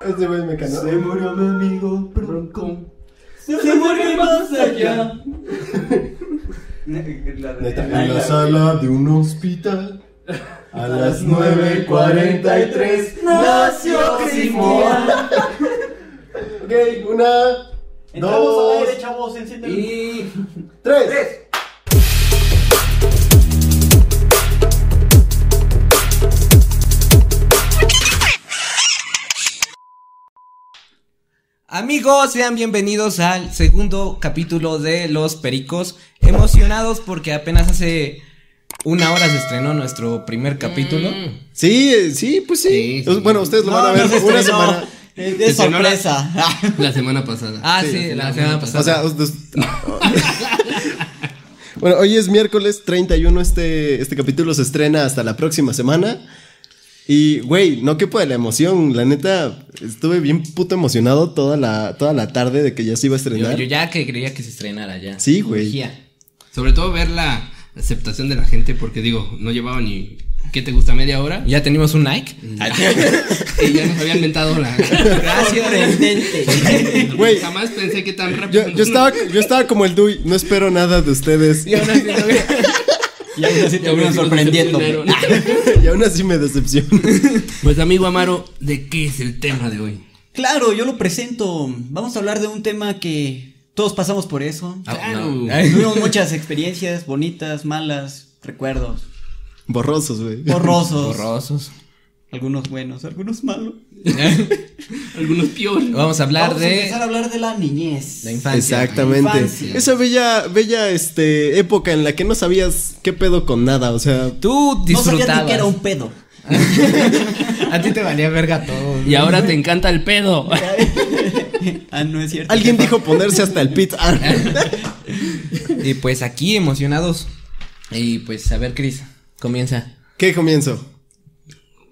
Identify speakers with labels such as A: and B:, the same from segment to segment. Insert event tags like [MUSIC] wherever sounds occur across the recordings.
A: Este güey me cantó.
B: Se murió mi amigo Bronco. Se, murió más allá. La de-
A: Neta,
B: Ay,
A: en la
B: la-
A: sala de un hospital.
C: [LAUGHS]
A: A las 9.43 nació Simón. Ok, una,
D: Entramos
A: dos,
D: al aire, chavos, encienden el-
B: Y.
A: tres.
C: Amigos, sean bienvenidos al segundo capítulo de Los Pericos. Emocionados porque apenas hace una hora se estrenó nuestro primer capítulo.
A: Sí, eh, sí, pues sí.
E: Sí, sí.
A: Bueno, ustedes lo van a ver
C: no se
A: una
C: estrenó.
A: semana.
D: Es
E: Se sonó la-
D: sorpresa.
E: La semana pasada.
C: Ah, sí, la semana pasada.
A: O sea, os- os- [LAUGHS] bueno, hoy es miércoles 31, este, este capítulo se estrena hasta la próxima semana. Y, güey, no quepo de la emoción, la neta, estuve bien puto emocionado toda la, toda la tarde de que ya se iba a
C: yo,
A: estrenar.
C: yo ya que creía que se estrenara ya.
A: Sí, güey.
C: Urgía.
E: Sobre todo ver la aceptación de la gente, porque digo, no llevaba ni. ¿Qué te gusta? ¿Media hora?
C: Ya tenemos un Ah, like. [LAUGHS]
E: Y ya nos habían inventado la.
D: Sorprendente.
A: [LAUGHS] Güey.
E: Jamás pensé que tan rápido.
A: Yo, yo
E: [LAUGHS]
A: estaba, [LAUGHS] yo estaba como el Dui, no espero nada de ustedes.
D: Y aún así te
E: Ya
D: vieron
E: nos
D: sorprendiendo.
E: decepcionaron.
A: [LAUGHS] y aún así me decepciona.
E: [LAUGHS] Pues amigo Amaro, ¿de qué es el tema de hoy?
D: Claro, yo lo presento. Vamos a hablar de un tema que todos pasamos por [LAUGHS] eso.
E: Claro.
D: Tuvimos muchas experiencias bonitas, malas, recuerdos,
A: [LAUGHS] Borrosos, güey.
D: borrosos,
C: Borrosos.
D: algunos buenos, algunos malos.
E: Algunos peores.
C: Vamos a hablar
D: Vamos a
C: de
D: empezar a hablar de la niñez.
C: la infancia.
A: Exactamente.
D: Infancia.
A: Esa bella, bella este, época en la que no sabías qué pedo con nada. O sea,
C: Tú
D: No sabía ni
C: disfrutabas.
D: que era un pedo. [LAUGHS]
C: [LAUGHS] A ti te valía verga todo.
E: Y ahora te encanta el pedo.
D: ah, no es cierto.
A: alguien dijo ponerse hasta el pit. Ah,
C: [LAUGHS] Y pues aquí emocionados. Y pues a ver, Cris, comienza.
A: ¿Qué comienzo?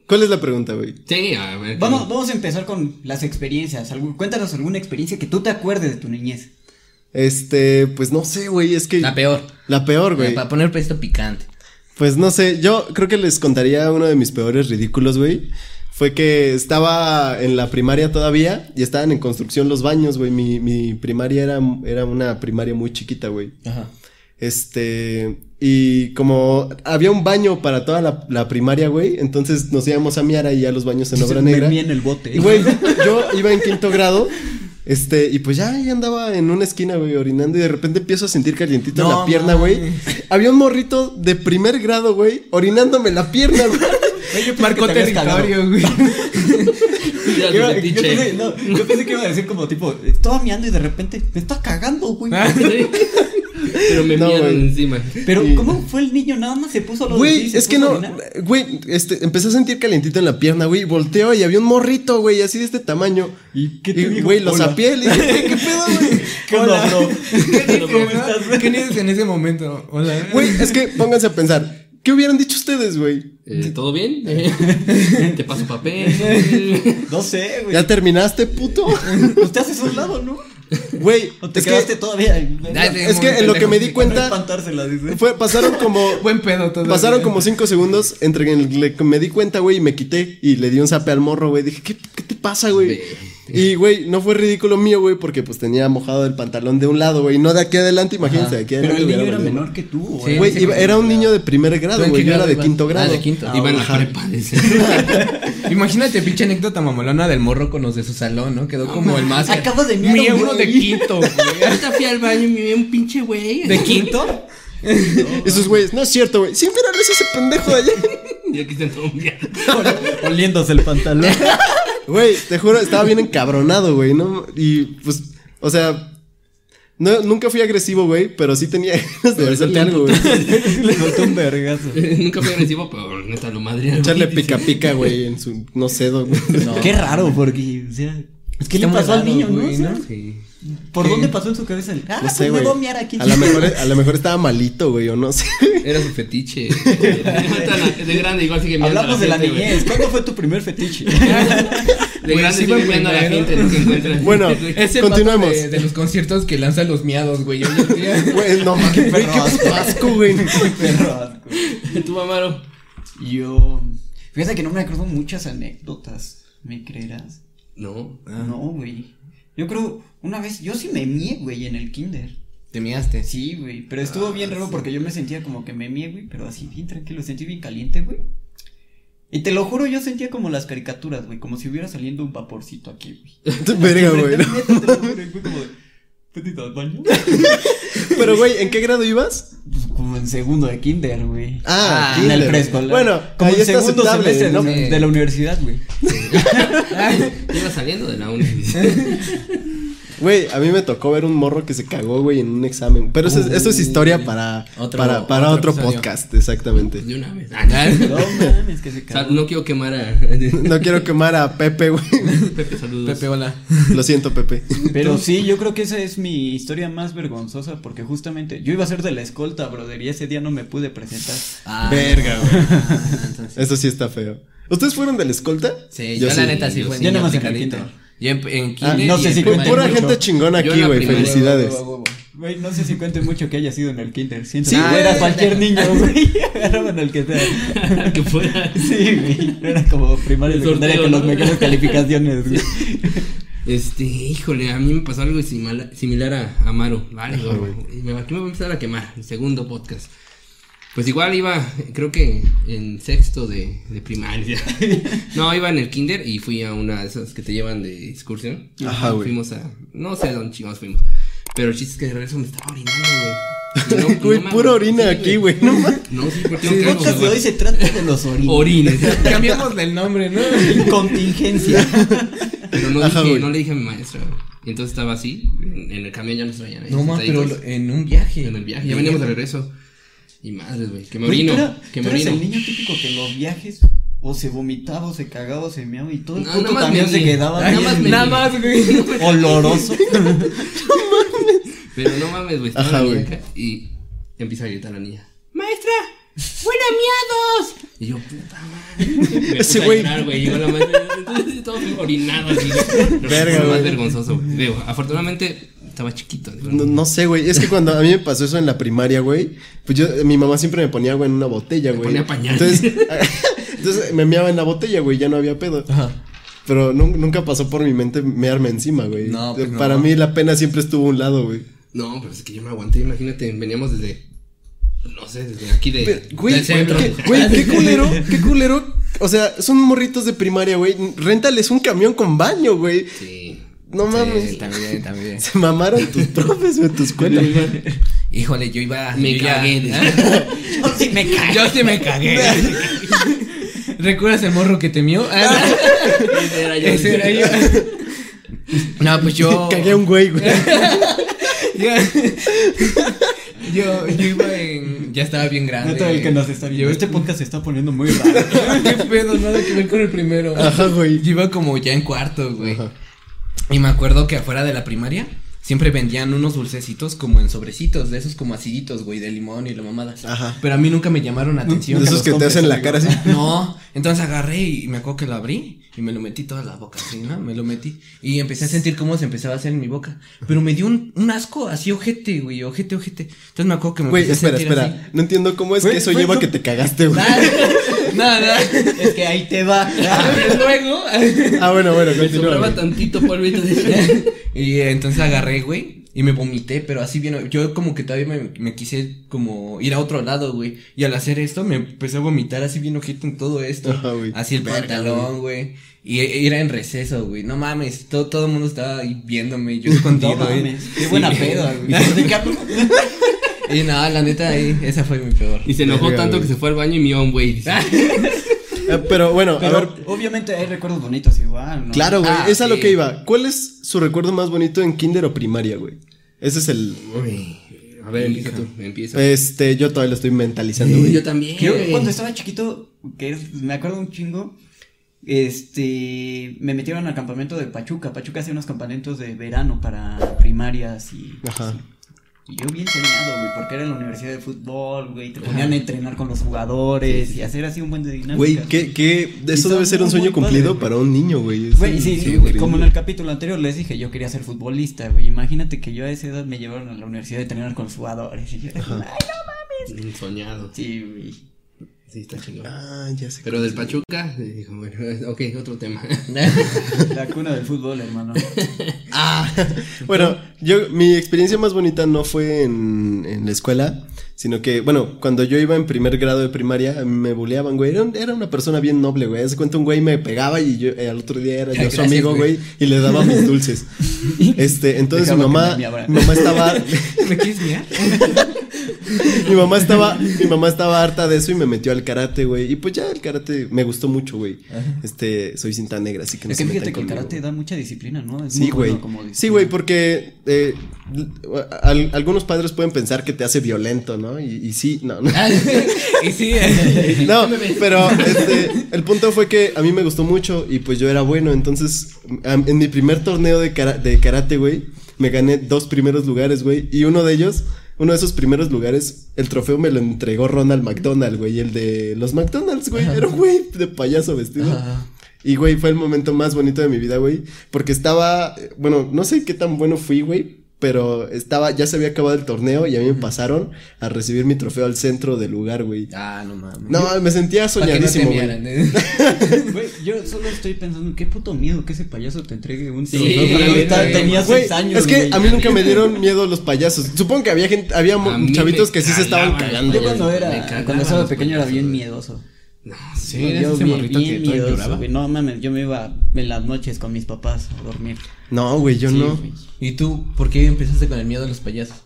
A: ¿Cuál es la pregunta, güey?
E: Sí, a ver.
D: Vamos, vamos a empezar con las experiencias. Algún- Cuéntanos alguna experiencia que tú te acuerdes de tu niñez.
A: Este, pues no sé, güey, es que...
C: La peor.
A: La peor, güey.
C: Para poner esto picante.
A: Pues no sé, yo creo que les contaría uno de mis peores ridículos, güey. Fue que estaba en la primaria todavía y estaban en construcción los baños, güey. Mi, mi primaria era, era una primaria muy chiquita, güey.
C: Ajá.
A: Este, y como había un baño para toda la, la primaria, güey, entonces nos íbamos a miara y a los baños
D: [LAUGHS]
A: en obra
D: Se
A: negra.
D: dormía en el bote.
A: Y, güey, yo iba en quinto grado, este, y pues ya ahí andaba en una esquina, güey, orinando y de repente empiezo a sentir calientito en
C: No
A: la pierna, güey.
C: mames.
A: Había un morrito de primer grado, güey, orinándome la pierna,
D: [LAUGHS]
A: güey.
C: [LAUGHS] Marcó
D: que te habías
C: territorio, güey.
E: Ya
D: Yo,
E: te
D: yo
E: metiche.
D: pensé, no, yo pensé que iba a decir como tipo, estaba meando y de repente me está cagando, güey.
C: [LAUGHS]
E: Pero me
A: No,
E: miraron
A: güey.
E: encima.
D: Pero,
A: Ah. Sí.
D: ¿cómo fue el niño? Nada más se puso los
A: Güey, es que no, güey, este, empecé a sentir calientito en la pierna, güey, volteo y había un morrito, güey, así de este tamaño.
D: ¿Y qué te dijo?
A: Güey, lo
D: Hola.
A: sapié, le dije, "Güey, [LAUGHS] ¿qué pedo, güey?
D: ¿Qué onda,
A: [LAUGHS]
D: bro? ¿Cómo estás, güey?
C: ¿Qué dices en ese momento? Hola.
A: Güey, es que pónganse a pensar, ¿qué hubieran dicho ustedes, güey?
E: Eh,
C: [LAUGHS]
E: ¿Todo bien? Te paso papel.
D: No sé, güey.
A: ¿Ya terminaste,
D: [LAUGHS]
A: puto?
D: Usted hace su lado, ¿no?
A: Güey,
D: ¿O te
A: es
D: quedaste
A: que,
D: todavía? ahí?
C: Dale,
A: es que en lo que me di
D: Para no
A: cuenta,
D: espantársela, dice.
A: fue, pasaron como,
C: [LAUGHS] Buen pedo todo.
A: pasaron
E: eh,
A: como cinco segundos entre que le- que me di cuenta, güey, y me quité y le di un zape al morro, güey. Dije, ¿qué, qué te pasa, güey? Y, güey, no fue ridículo mío, güey, porque pues tenía mojado el pantalón de un lado, güey, no de aquí adelante, imagínense, de aquí
D: Pero
A: adelante.
D: el niño
A: hubiera
D: era
A: valido.
D: menor que tú,
C: Sí.
D: güey.
A: Güey,
C: Ese
A: iba-
C: fue
A: era un
C: quinto
A: niño de primer
C: ¿Tú
A: grado,
C: en
A: güey,
C: qué
A: yo era
C: grado
A: de
C: ibas?
A: quinto grado.
C: Ah, de quinto.
E: Iba en la
A: Ajá.
E: prepa, dice.
C: [LAUGHS] Imagínate, pinche anécdota mamalona del morro con los de su salón, ¿no? Quedó como el más.
D: Acabas de mirar
C: Mira
D: un
C: uno de
E: [LAUGHS]
D: güey.
C: quinto, güey.
E: Ahorita fui al baño y me vi un pinche güey.
C: ¿De [LAUGHS] quinto?
A: Esos güeyes, no es cierto, güey. Sí, mírales ese pendejo
E: [LAUGHS]
A: de allá.
E: [LAUGHS] Y aquí se entró un día.
D: [LAUGHS]
E: [LAUGHS]
D: Oliéndose el pantalón.
A: [LAUGHS]
D: [LAUGHS]
A: Güey, te juro, estaba bien encabronado, güey, ¿no? Y pues, o sea, no, nunca fui agresivo, güey, pero sí tenía [LAUGHS] ganas de hacerte algo, güey.
D: Le soltó un vergazo.
E: Nunca fui agresivo, pero neta lo madre.
C: [LAUGHS]
A: Echarle pica pica, güey, en su [LAUGHS] no cedo, güey.
D: Qué raro, porque, o sea... Es que le pasó al niño, ¿no? O sea,
C: Sí.
D: ¿Por dónde pasó en su cabeza? el, Ah,
A: No sé, güey.
D: pues me voy a miar aquí.
A: A lo mejor, a lo mejor estaba malito, güey, o no sé. [LAUGHS]
E: Era su
C: [LAUGHS]
E: fetiche. de grande, igual sigue mirando.
D: Hablamos de la niñez. ¿Cuándo fue tu primer [LAUGHS] fetiche?
E: De grande sigue mirando a la gente lo que encuentra. [LAUGHS]
A: Bueno, continuemos.
C: Ese Continuemos. De, de los conciertos que lanza los miados, güey. Hoy en
E: [LAUGHS]
C: día.
A: Güey, no, qué güey, qué
D: perro asco.
A: puto asco,
C: [LAUGHS]
A: güey.
D: Perro asco.
E: tu mamaro.
D: Yo. Fíjate que no me acuerdo muchas anécdotas. ¿Me creerás?
E: No.
C: Ah,
D: No, güey. Yo creo, una vez, yo sí me mié, güey, en el kinder.
C: Te miaste.
D: Sí, güey, pero estuvo bien raro porque yo me sentía como que me mié, güey, pero así bien tranquilo, sentí bien caliente, güey. Y te lo juro, yo sentía como las caricaturas, güey, como si hubiera saliendo un vaporcito aquí, güey.
A: Verga, güey.
D: [LAUGHS] Neta,
A: ¿no?
D: neta, te lo juro, y fue como de, "Vete al baño?"
A: Pero, güey, ¿en qué grado ibas?
D: Pues como en segundo de kinder, güey.
A: Ah,
D: en
A: kinder.
D: el preescolar.
A: Bueno,
D: como
A: ahí
D: en
A: está
D: segundo
A: aceptable,
D: semestre
A: ¿no?
D: de- de la universidad, güey.
E: Iba saliendo de
C: [LAUGHS]
E: la uni.
A: Güey, a mí me tocó ver un morro que se cagó, güey, en un examen. Pero eso, es- eso es historia para
C: Otro-
A: para, para otro,
C: otro episodio.
A: podcast, exactamente.
E: De una vez. Ah, no.
D: [LAUGHS] No mames, que se
E: O sea,
D: cagó.
E: no quiero quemar a [LAUGHS]
A: No quiero quemar a Pepe, güey.
E: Pepe, saludos.
C: Pepe, hola.
A: Lo siento, Pepe.
D: Pero sí, yo creo que esa es mi historia más vergonzosa porque justamente yo iba a ser de la escolta, brother, y ese día no me pude presentar.
E: Ah,
A: Verga,
C: güey.
A: Eso sí está feo. ¿Ustedes fueron del escolta?
C: Sí, yo, la neta sí
E: yo
C: fue
E: sí.
C: niño
D: Yo nomás en
C: aplicadito.
D: kinder.
C: Yo en, en
A: Ah,
C: kinder
D: no
C: y
D: sé
C: en
D: si
A: Con
D: cuenta
C: primaria.
A: pura
D: mucho.
A: gente chingona
E: Yo
A: aquí,
E: la
A: güey.
E: primaria.
A: Felicidades.
C: Huevo, huevo, huevo.
D: Güey, no sé si cuente mucho que haya sido en el kinder. Siento
C: Sí,
D: que
C: güey.
D: era cualquier niño, güey. [LAUGHS] Agarraban al que
E: [LAUGHS]
D: sea.
E: que fuera.
D: Sí, güey. Era como primaria y
E: El
D: secundaria
E: sorteo,
D: con las
E: ¿no?
D: mejores calificaciones, güey.
E: Este, híjole, a mí me pasó algo simila- similar a Amaro. Vale, me- aquí me voy a empezar a quemar, el segundo podcast. Pues igual iba, creo que en sexto de, de primaria. [LAUGHS] no, iba en el kinder y fui a una de esas que te llevan de excursión.
A: Ajá, güey.
E: Fuimos a, no sé a dónde chingados fuimos. Pero el chiste es que de regreso me estaba orinando, güey. Y
A: [LAUGHS]
E: no-
A: Güey,
E: no me-
A: pura orina aquí, güey. No mames.
E: No, sí, porque
D: El
E: no cago,
D: podcast de hoy
E: güey.
D: se trata de los
A: [LAUGHS]
D: orines.
E: Orines.
C: Cambiémosle el nombre, ¿no?
D: [LAUGHS] Contingencia.
E: Pero no,
A: Ajá,
E: dije,
A: güey.
E: no le dije a mi maestra, güey. Y entonces estaba así, en, en el camión ya nos traían. ahí,
C: No más, pero
E: sentaditos.
C: lo- en un viaje.
E: En el viaje, ya veníamos de regreso. Y madres, güey, que me
D: Güey, tú
E: orino,
D: era-
E: que me
D: tú eras
E: orino.
D: el niño típico que en los viajes o se vomitaba o se cagaba o se meaba y todo el
E: No,
D: puto
E: nada más
D: camión
E: me-
D: se quedaba
E: nada
D: ahí
E: más
D: en-
E: me-
C: Nada más, güey. [LAUGHS]
D: oloroso.
E: Pero no mames, güey, estaba
A: Ajá,
E: la niña
A: güey.
E: acá y empieza a gritar la niña. [LAUGHS] ¡Maestra! ¡Fuera miados! Y yo, puta madre. Me
A: Ese
E: puse a
A: güey.
E: llorar, güey. Digo, la maestra, entonces todos orinados. así, güey. Lo
A: Verga,
E: más
A: güey.
E: vergonzoso, güey. Digo, afortunadamente estaba chiquito. digo,
A: No, no sé, güey. Es que cuando a mí me pasó eso en la primaria, güey, pues yo, mi mamá siempre me ponía agua en una botella, güey.
E: ponía pañal.
A: Entonces, [LAUGHS] entonces me meaba en la botella, güey, ya no había pedo.
C: Ajá.
A: Pero nu- nunca pasó por mi mente mearme encima, güey.
C: No, pues no.
A: Para mí la pena siempre estuvo a un lado, güey.
E: No, pero es que yo me aguanté, imagínate, veníamos desde. No sé, desde aquí de.
A: Pero, Güey,
E: del centro.
A: qué, güey,
E: [LAUGHS]
A: qué culero, qué culero. O sea, son morritos de primaria, güey. Réntales un camión con baño, güey.
E: Sí.
A: No mames.
C: Sí, también, también.
A: Se mamaron tus profes, güey, tu escuela.
E: [LAUGHS]
C: Híjole, yo iba.
E: Me
C: yo ya-
E: cagué.
D: Yo sí me
C: [LAUGHS]
D: cagué.
C: Yo sí me cagué. [LAUGHS] ¿Recuerdas el morro que te mió? Ah,
E: Ese [LAUGHS] era [LAUGHS] yo.
C: ese era yo.
E: [LAUGHS]
C: No, pues yo.
A: Cagué a un güey, güey.
C: [LAUGHS] yo, yo, yo iba en. Ya estaba bien grande.
D: Neta, el que nos está viendo. Este podcast se está poniendo muy [LAUGHS] raro.
C: [LAUGHS] Qué pedo, nada que ver con el primero.
A: Ajá, güey.
C: Yo iba como ya en cuarto, güey.
A: Ajá.
C: Y me acuerdo que afuera de la primaria siempre vendían unos dulcecitos como en sobrecitos, de esos como aciditos, güey, de limón y la mamada.
A: Ajá.
C: Pero a mí nunca me llamaron la atención.
A: De esos que te hacen la cara así.
C: No, entonces agarré y me acuerdo que lo abrí y me lo metí toda la boca, así, ¿no? Me lo metí y empecé a sentir cómo se empezaba a hacer en mi boca. Pero me dio un, un asco así, ojete, güey, ojete, ojete. Entonces me
D: [LAUGHS]
C: acuerdo que me
A: Güey,
C: empecé a
A: espera,
C: sentir
A: espera.
C: así.
A: No entiendo cómo es
D: Güey,
A: que eso
D: güey,
A: lleva
D: no-
A: a que te cagaste, güey.
C: Nada, nada.
D: es que ahí te va.
C: Luego.
A: [LAUGHS] Ah, bueno, bueno,
E: Me
A: continúa.
E: sobraba
A: güey.
E: tantito polvito [LAUGHS] de.
C: [LAUGHS] y eh, entonces agarré, güey, y me vomité, pero así bien, yo como que todavía me, me quise como ir a otro lado, güey, y al hacer esto me empecé a vomitar así bien ojito en todo esto,
A: Ajá, güey.
C: así el
A: Verga,
C: pantalón, güey, y e- era en receso, güey, no mames, todo, todo el mundo estaba ahí viéndome, yo escondido,
D: No
C: güey.
D: mames. Qué buena
C: Sí.
D: pedo, güey. ¿De qué hablo?
C: [LAUGHS] Y nada, la neta, ahí, esa fue mi peor.
E: Y se enojó
A: Verga,
E: tanto
A: güey.
E: que se fue al baño y mió a un güey. dice.
A: Ah, Pero bueno, a ver.
D: Pero obviamente hay recuerdos bonitos igual, ¿no?
A: Claro, güey,
C: Ah,
A: es a lo
C: sí.
A: que iba. ¿Cuál es su recuerdo más bonito en kinder o primaria, güey? Ese es el...
E: Uy, a ver, empieza tú, empieza.
A: Este, yo todavía lo estoy mentalizando,
E: Uy,
A: güey.
E: yo también.
D: Yo cuando estaba chiquito, que es- me acuerdo un chingo, este, me metieron al campamento de Pachuca. Pachuca hace unos campamentos de verano para primarias y...
A: Ajá.
D: y yo bien soñado, güey, porque era en la universidad de fútbol, güey, te ponían a entrenar con los jugadores y hacer así un buen de dinámica.
A: Güey, ¿qué, qué? Eso
D: Está
A: debe ser un
D: muy,
A: sueño
D: muy padre,
A: cumplido
D: güey.
A: para un niño, güey. Es
D: Güey,
A: un-
D: sí,
A: es
D: sí,
A: increíble.
D: como en el capítulo anterior les dije, yo quería ser futbolista, güey. Imagínate que yo a esa edad me llevaron a la universidad de entrenar con los jugadores. Y yo,
E: Un soñado.
D: sí, güey.
E: Sí, está chingón.
A: Ah, ya sé.
E: Pero del Pachuca, eh, dijo, bueno, [LAUGHS] ok, otro tema.
D: La cuna del
A: [LAUGHS]
D: fútbol, hermano.
A: Ah, bueno, yo, mi experiencia más bonita no fue en, en la escuela, sino que, bueno, cuando yo iba en primer grado de primaria, a mí me buleaban, güey. Era, un- era una persona bien noble, güey. Hace cuenta, un güey me pegaba y yo, eh, al otro día era yo su
C: Gracias,
A: amigo,
C: güey.
A: güey, y le daba mis
D: [LAUGHS]
A: dulces. Este, entonces
D: Dejaba
A: mi
D: que
A: mamá,
D: me miabra.
A: mi mamá estaba, [LAUGHS]
C: ¿Me quieres mirar?
A: mi mamá estaba, mi mamá estaba harta de eso y me metió al karate, güey. Y pues ya el karate me gustó mucho, güey. Este, soy cinta negra, así que no
D: Es que
A: se metan
D: fíjate que el
A: conmigo,
D: karate da mucha disciplina, ¿no? Es
A: Sí,
D: muy bueno
A: güey.
D: como
A: sí,
D: disciplina.
A: güey, pues, porque eh, al- algunos padres pueden pensar que te hace violento, ¿no? Y, y sí, no, no.
C: [LAUGHS] Ah, y sí. eh.
A: [LAUGHS] No, pero este, el punto fue que a mí me gustó mucho y pues yo era bueno. Entonces, am- en mi primer torneo de, kara- de karate, güey, me gané dos primeros lugares, güey. Y uno de ellos, uno de esos primeros lugares, el trofeo me lo entregó Ronald McDonald, güey. El de los McDonald's, güey. Era un güey de payaso vestido. Y, güey, fue el momento más bonito de mi vida, güey. Porque estaba, eh, bueno, no sé qué tan bueno fui, güey. Pero estaba, ya se había acabado el torneo y a mí me pasaron a recibir mi trofeo al centro del lugar, güey.
C: Ah, no mames.
A: No, me sentía
C: Para que no te
A: soñadísimo, güey.
C: miaran, eh. [LAUGHS]
D: Güey, yo solo estoy pensando, qué puto miedo que ese payaso te entregue un
E: Sí,
D: trofeo cuando
E: güey,
D: está-
E: güey.
D: tenías
A: Güey,
D: seis años.
A: es que
D: güey.
A: a mí nunca me dieron miedo los payasos. Supongo que había gente, había mo-
E: A mí
A: chavitos
E: me
A: que sí se estaban
E: cagaban.
A: cagando.
D: Yo
A: güey.
D: cuando
E: Me
D: era,
E: cagaban
D: cuando estaba
E: los
D: pequeño era
E: payasos,
D: bien
E: güey.
D: miedoso.
E: No, sí,
D: Yo
E: eres ese
D: bien-
E: morrito que
D: bien
E: todo
D: miedoso,
E: lloraba.
D: güey. No mames, yo me iba en las noches con mis papás a dormir.
A: No, güey, yo
D: Sí,
A: no.
D: güey.
C: ¿Y tú por qué empezaste con el miedo a los payasos?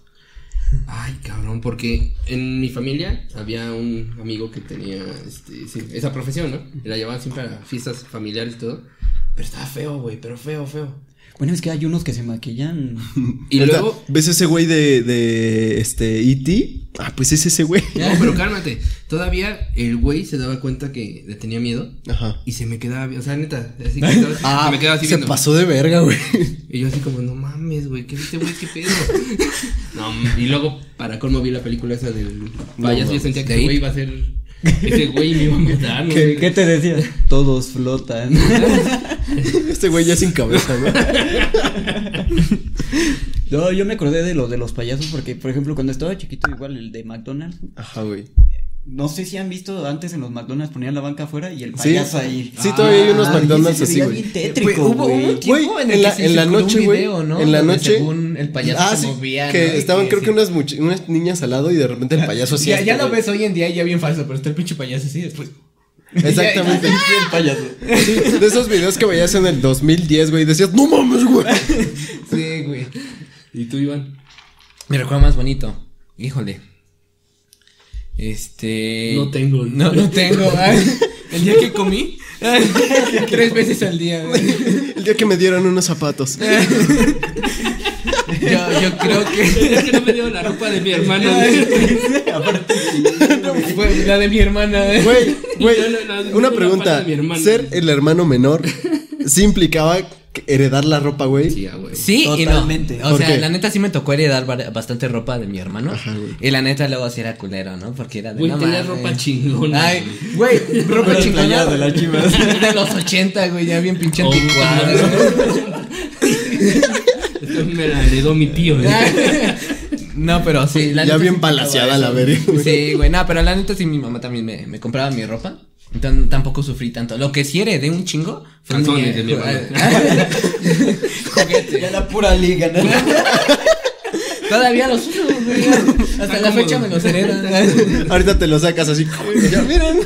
E: Ay, cabrón, porque en mi familia había un amigo que tenía este, sí, esa profesión, ¿no? La llevaban siempre a fiestas familiares y todo. Pero estaba feo, güey, pero feo, feo.
D: Bueno, es que hay unos que
E: [LAUGHS]
D: se maquillan.
E: Y
A: Neta,
E: luego.
A: ¿Ves ese güey de, de este E.T.? Ah, pues es ese güey. [LAUGHS]
E: No, pero cálmate. Todavía el güey se daba cuenta que le tenía miedo.
A: Ajá.
E: Y se me quedaba, vi- o sea, neta, así que estaba-
A: [LAUGHS] Ah,
E: se me quedaba así
A: se
E: viendo.
A: pasó de verga, güey.
E: Y yo así como, no mames, güey, ¿qué viste, güey? ¿Qué pedo? no, mm, y luego, para colmo, vi la película esa del payaso. yo
A: mames.
E: sentía que ese güey iba a ser... Ese güey me iba a matar, ¿no?
D: [LAUGHS] ¿Qué, qué te decían? Todos flotan. [LAUGHS]
A: Este güey ya sin cabeza, ¿no?
D: No, yo me acordé de lo de los payasos porque, por ejemplo, cuando estaba chiquito, igual el de McDonald's.
A: Ajá, güey.
D: No sé si han visto antes en los McDonald's ponían la banca afuera y el
A: Sí.
D: payaso ahí.
A: Sí, todavía hay unos
D: Ah, y
A: McDonald's
D: se
A: así,
D: veía
A: güey.
D: bien tétrico,
C: Güey, hubo
D: güey.
C: un tiempo en, el la, que se
A: en la
C: circuló
A: noche,
C: un
A: güey,
C: video, ¿no?
A: en la
C: Donde
A: noche-
C: Según el payaso
A: Ah,
C: se
A: sí,
C: movía.
A: que
C: ¿no? Y
A: estaban creo
C: sí.
A: que unas, much- unas niñas al lado y de repente el payaso así.
C: Ya,
A: este,
C: ya lo
A: güey.
C: ves [LAUGHS] hoy en día ya bien falso, pero está el pinche payaso así después.
A: Exactamente.
D: El payaso.
A: Sí, de esos videos que veías en el 2010, güey, decías, no mames, güey.
C: Sí, güey.
E: ¿Y tú, Iván?
C: Mi recuerdo más bonito. Híjole. Este.
E: [LAUGHS] No tengo.
C: No, no
E: [LAUGHS]
C: tengo. Ay, el día que comí. ay, [LAUGHS] tres veces al día. güey.
A: El día que me dieron unos zapatos.
C: Yo, yo creo que.
E: Es que no me dio la ropa de mi hermano.
C: [LAUGHS]
E: [LAUGHS]
C: Fue la de mi hermana. eh. güey. [LAUGHS]
A: Güey, güey,
E: Yo no- no-
A: una
E: no
A: pregunta.
E: para mi hermano.
A: Ser el hermano menor sí implicaba que- heredar la ropa, güey.
E: Sí, ah, güey.
C: Sí,
D: Totalmente.
C: y no. O
A: ¿Por
C: sea,
A: qué?
C: la neta sí me tocó heredar bar- bastante ropa de mi hermano.
A: Ajá, güey.
C: y la neta luego sí era culero, ¿no? Porque era de
E: Güey,
C: no
E: tenía
C: mames.
E: ropa chingona.
C: Ay, güey, ropa
D: Pero
C: chingona.
D: playera de las
C: [LAUGHS]
D: Chivas.
C: De los 80, güey, ya bien pinche
E: Oh,
C: anticuada.
E: no.
C: güey.
E: Esto me la heredó mi tío.
C: [LAUGHS]
E: güey.
C: [LAUGHS] No, pero sí. la
A: Ya
C: neta
A: bien
C: sí me
A: palaciada
C: tocaba
A: la
C: eso.
A: verga, güey.
C: [LAUGHS] Sí, güey, no, pero la neta sí, mi mamá también me, me compraba mi ropa. Entonces, tampoco sufrí tanto. Lo que sí heredé un chingo fue
E: Calzones
C: mi-
E: de mi hermano.
C: [LAUGHS] Juguete.
D: Ya la pura liga, ¿no?
C: [LAUGHS] Todavía los uso, güey. Hasta
E: Está
C: la
E: cómodo.
C: fecha me los
A: [LAUGHS]
C: heredan.
A: Ahorita te lo sacas así. Ya, miren.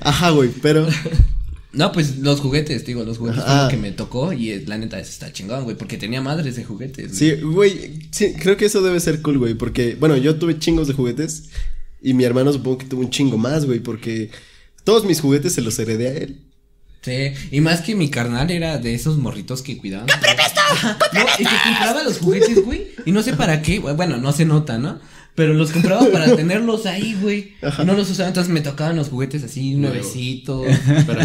A: Ajá, güey, pero.
C: No, pues los juguetes, digo, los juguetes
A: Ajá.
D: Ah.
C: fue lo que me tocó y eh, la neta eso está chingón, güey, porque tenía madres de juguetes. güey.
A: Sí, güey, sí, creo que eso debe ser cool, güey, porque, bueno, yo tuve chingos de juguetes y mi hermano supongo que tuvo un chingo más, güey, porque todos mis juguetes se los heredé a él.
C: Sí, y más que mi carnal era de esos morritos que cuidaban. No, y que compraba los juguetes, güey. Y no sé para qué, güey, bueno, no se nota, ¿no? Pero los compraba para tenerlos ahí, güey. Y No los usaba, entonces me tocaban los juguetes
A: [LAUGHS]
C: así, nuevecitos,
E: Para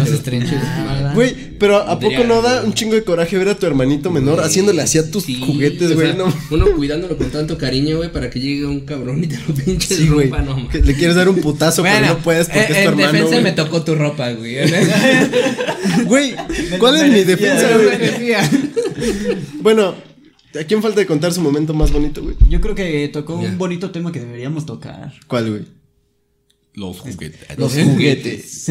C: los
E: que los
C: estrenches. Ah,
E: estrenaban.
A: Güey, pero ¿a
E: Diría-
A: poco no da un chingo de coraje ver a tu hermanito menor haciéndole así a tus
E: Sí,
A: juguetes,
E: o
A: güey?
E: sea, [LAUGHS]
A: no.
E: Uno cuidándolo con tanto cariño, güey, para que llegue un cabrón y te lo pinche
A: Sí, güey.
E: ropa, no mames.
A: que le quieres dar un putazo, pero no puedes porque
C: eh,
A: es tu
C: en
A: hermano.
C: defensa
A: güey.
C: me tocó tu ropa, güey.
A: [LAUGHS]
C: [LAUGHS]
A: Güey, ¿cuál
E: [LAUGHS]
A: es mi defensa, güey?
C: Decía.
A: Bueno, ¿a quién falta de contar su momento más bonito, güey?
D: Yo creo que tocó
E: Ya.
D: un bonito tema que deberíamos tocar.
A: ¿Cuál, güey?
F: Los juguetes.
E: [LAUGHS]
D: Los juguetes.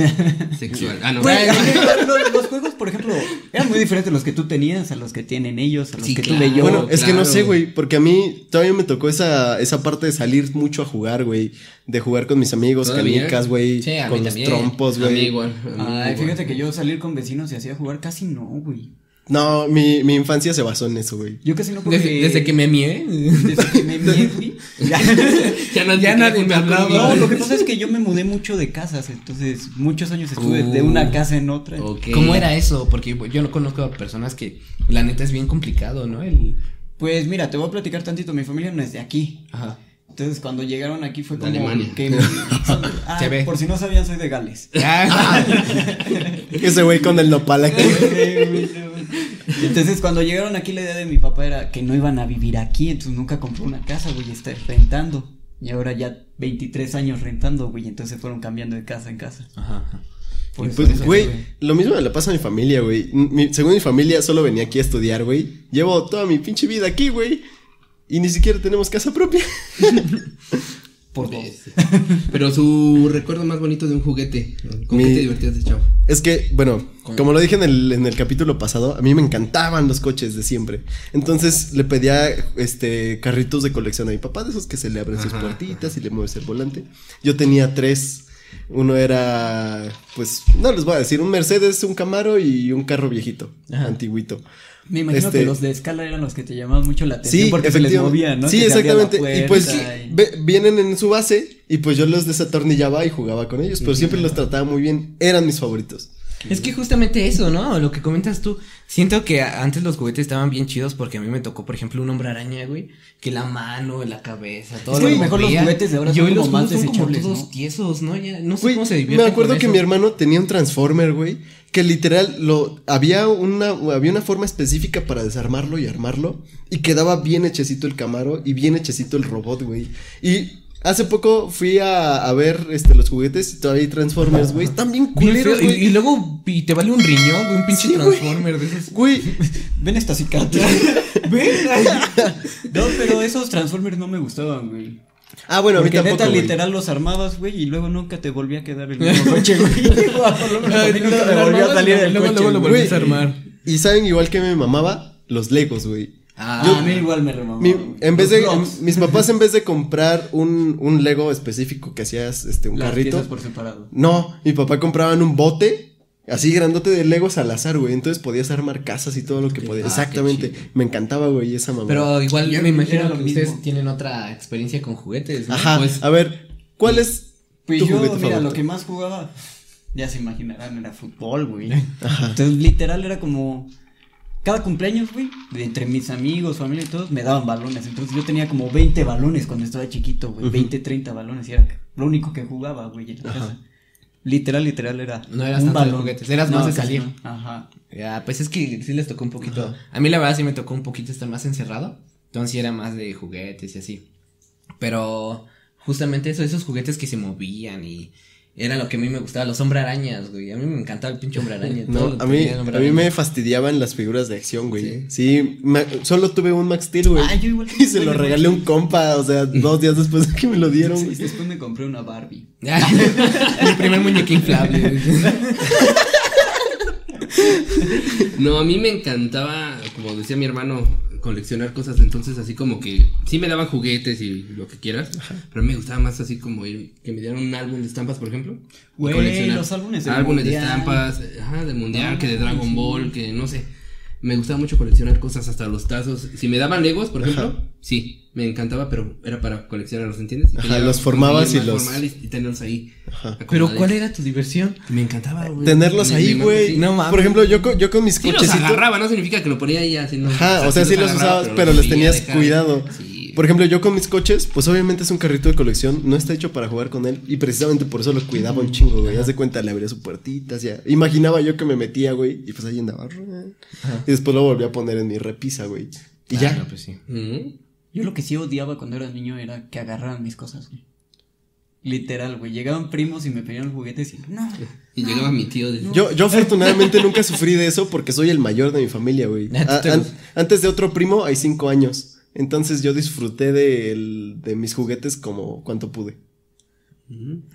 E: Sexual. Ah, no.
D: Güey, [LAUGHS] los, los juegos, por ejemplo, eran muy diferentes los que tú tenías a los que tienen ellos, a los
E: Sí,
D: que
E: claro.
D: tuve yo.
E: Bueno,
A: Bueno, es que no
E: claro.
A: sé, güey, porque a mí todavía me tocó esa, esa parte de salir mucho a jugar, güey. De jugar con mis amigos,
E: ¿Todavía?
A: canicas, güey.
C: Sí, a mí
A: con los
C: también.
A: trompos,
E: A mí
A: güey.
E: igual. a mí
D: Ay,
E: igual.
D: fíjate que yo salir con vecinos y hacía jugar casi no, güey.
A: No, mi, mi infancia se basó en eso, güey.
D: Yo casi no jugué.
C: Desde, desde que me mié.
D: Desde que me mié, güey. Ya.
E: Ya nadie,
C: Ya
E: quería
C: nadie me
E: juntar
C: hablaba.
E: conmigo.
D: No, lo que pasa es que yo me mudé mucho de casas, entonces muchos años estuve de
E: Uh,
D: una casa en otra.
E: ok.
C: ¿Cómo era eso? Porque yo no conozco a personas que la neta es bien complicado, ¿no? El...
D: Pues mira, te voy a platicar tantito, mi familia no es de aquí.
C: Ajá.
D: Entonces cuando llegaron aquí fue
E: De
D: como
E: Alemania.
D: que Ah,
C: Se ve.
D: por si no sabían soy de Gales.
C: [LAUGHS]
A: Ese güey con el nopal aquí.
D: [LAUGHS] Entonces cuando llegaron aquí la idea de mi papá era que no iban a vivir aquí, entonces nunca compró una casa, güey, está rentando. Y ahora ya 23 años rentando, güey, entonces fueron cambiando de casa en casa.
A: [LAUGHS]
C: Ajá.
D: Por eso
A: Pues,
D: eso
A: güey,
D: se ve.
A: lo mismo me la pasa a mi familia, güey. Mi- según mi familia, solo venía aquí a estudiar, güey. Llevo toda mi pinche vida aquí, güey. Y ni siquiera tenemos casa propia.
D: Por dos.
E: Pero su recuerdo más bonito de un juguete. ¿Con qué
A: Mi-
E: te divertías de chavo?
A: Es que, bueno, como lo dije en el, en el capítulo pasado, a mí me encantaban los coches de siempre. Entonces le pedía este carritos de colección a mi papá, de esos que se le abren sus
E: Ajá,
A: puertitas y le mueves el volante. Yo tenía tres. Uno era, pues, no les voy a decir, un Mercedes, un Camaro y un carro viejito, antiguito.
D: Me imagino
A: Este-
D: que los de escala eran los que te llamaban mucho la atención porque se les
A: efectivamente.
D: movía, ¿no?
A: Sí,
D: Que te abría la
A: exactamente. Y pues
D: puerta y-
A: ve- vienen en su base y pues yo los desatornillaba y jugaba con ellos, pero siempre los trataba muy bien. Eran mis favoritos.
C: Es que justamente eso, ¿no? Lo que comentas tú. Siento que a- antes los juguetes estaban bien chidos porque a mí me tocó, por ejemplo, un hombre araña, güey. Que la mano, la cabeza, todo
D: Es
C: lo
D: que a lo mejor los
C: movía.
D: juguetes de ahora
C: Y
D: son
C: hoy
D: como
C: los
D: más
C: juegos son como
D: desechables,
C: todos
D: ¿no?
C: tiesos, ¿no? Ya, no sé
A: Güey,
C: cómo se divierten
A: me acuerdo
C: con
A: que
C: eso.
A: mi hermano tenía un Transformer, güey, que literal lo había una había una forma específica para desarmarlo y armarlo y quedaba bien hechecito el Camaro y bien hechecito el robot, güey. Y hace poco fui a, a ver este los juguetes y todavía hay Transformers, güey, están bien
C: Bien feo,
A: culeros,
C: y,
A: güey.
C: y luego y te vale un riñón, güey, un pinche
A: Sí, güey.
C: Transformer de esos.
A: Güey,
D: Ven esta cicatriz. [LAUGHS] Ven.
C: [LAUGHS]
D: no, pero esos Transformers no me gustaban, güey.
A: ah bueno, a mí
D: Porque
A: tampoco.
D: neta
A: güey.
D: literal los armabas, güey, y luego nunca te volvía a quedar
A: [LAUGHS]
D: el mismo coche, güey. [LAUGHS] Luego, a mí nunca me volvió a salir el
C: Luego,
D: coche.
C: luego lo
D: güey.
C: volviste a armar.
A: Y saben igual que me mamaba los Legos, güey.
D: Ah,
A: Yo-
D: a mí igual me remamaba.
A: Mi-
D: güey.
A: en vez
D: Los
A: de
D: blocks.
A: mis papás en vez de comprar un, un Lego específico que hacías este un
D: Las
A: carrito,
D: piezas por separado.
A: No, mi papá compraban un bote así grandote de Legos al azar, güey. Entonces podías armar casas y todo lo que podías.
E: Ah,
A: Exactamente.
E: qué
A: Me encantaba, güey, esa mamá.
C: Pero igual
E: Yo-
C: me imagino
D: era
C: que
D: lo
C: ustedes
D: mismo.
C: tienen otra experiencia con juguetes, ¿no?
A: Ajá,
E: pues-
A: a ver, ¿cuál es
D: Pues
A: tu
D: yo, mira,
A: juguete favorito?
D: lo que más jugaba, ya se imaginarán, era fútbol,
C: [LAUGHS]
D: güey. Entonces, literal, era como. Cada cumpleaños, güey, de entre mis amigos, familia y todos, me daban balones. Entonces, yo tenía como 20 balones cuando estaba chiquito, güey. 20, 30 balones. Y era lo único que jugaba, güey, en la casa. Literal, literal, era.
C: No eras tanto de juguetes, eras más de
D: casi
C: salir.
D: no. Ajá.
C: Ya, pues es que sí les tocó un poquito. A mí la verdad sí me tocó un poquito estar más encerrado. Entonces sí era más de juguetes y así. Pero justamente eso, esos juguetes que se movían y era lo que a mí me gustaba, los hombre arañas, güey. A mí me encantaba el pinche hombre araña.
A: [LAUGHS]
C: todo
A: No,
C: lo
A: a mí,
C: tenía el hombre
A: a mí
C: araña.
A: me fastidiaban las figuras de acción, güey. Sí, ma- solo tuve un Max Steel, güey.
D: Ah, yo igual
A: [LAUGHS] Y
D: tuve
A: se
D: un
A: lo
D: Max
A: regalé a un compa, o sea, dos días después de que me lo dieron,
D: Sí,
A: güey.
D: después me compré una Barbie.
C: Mi primer
A: [LAUGHS]
C: muñeco inflable.
E: No, a mí me encantaba, como decía mi hermano, coleccionar cosas. Entonces, así como que sí me daban juguetes y lo que quieras. Pero me gustaba más así como ir, que me dieran un álbum de estampas, por ejemplo. y
D: Güey,
E: coleccionar.
D: los álbumes del
E: Álbumes de
D: Mundial.
E: estampas, ajá, del mundial, que de Dragon Ball, que no sé. Me gustaba mucho coleccionar cosas, hasta los tazos. Si me daban legos, por ejemplo, sí, me encantaba, pero era para coleccionarlos, ¿entiendes? Y que
A: Ajá,
E: ya
A: los formabas y
E: más
A: los-
E: formal y, y tenerlos ahí.
A: Ajá.
C: Pero
E: acomodados.
C: ¿cuál era tu diversión? Ah,
E: Me encantaba, güey.
A: Tenerlos
E: Me-
A: ahí,
E: me-
A: güey.
E: sí.
C: No mames.
A: Por ejemplo, yo con, yo con mis
E: Sí los
A: cochecitos.
E: agarraba, no significa que lo ponía ahí así, no.
A: Ajá, o sea, sí los
E: agarraba,
A: usabas, pero les
E: sí,
A: tenías
E: dejaba.
A: cuidado.
E: Sí.
A: Por ejemplo, yo con mis coches, pues obviamente es un carrito de colección, no está hecho para jugar con él y precisamente por eso lo cuidaba un chingo, güey. Haz de cuenta, le abría su puertita, hacía... Imaginaba yo que me metía, güey, y pues ahí andaba. Y después lo volví a poner en mi repisa, güey. Y ya.
C: no, pues sí.
E: Ujú.
D: Yo lo que sí odiaba cuando era niño era que agarraran mis cosas, güey. Literal, güey. Llegaban primos y me pedían juguetes y no.
E: Y llegaba mi tío de...
A: Yo, yo afortunadamente nunca sufrí de eso porque soy el mayor de mi familia,
C: [LAUGHS]
A: güey.
C: Ah, tú te
A: A- an-
C: gust-
A: antes de otro primo hay cinco años. Entonces yo disfruté de, de mis juguetes como cuanto pude.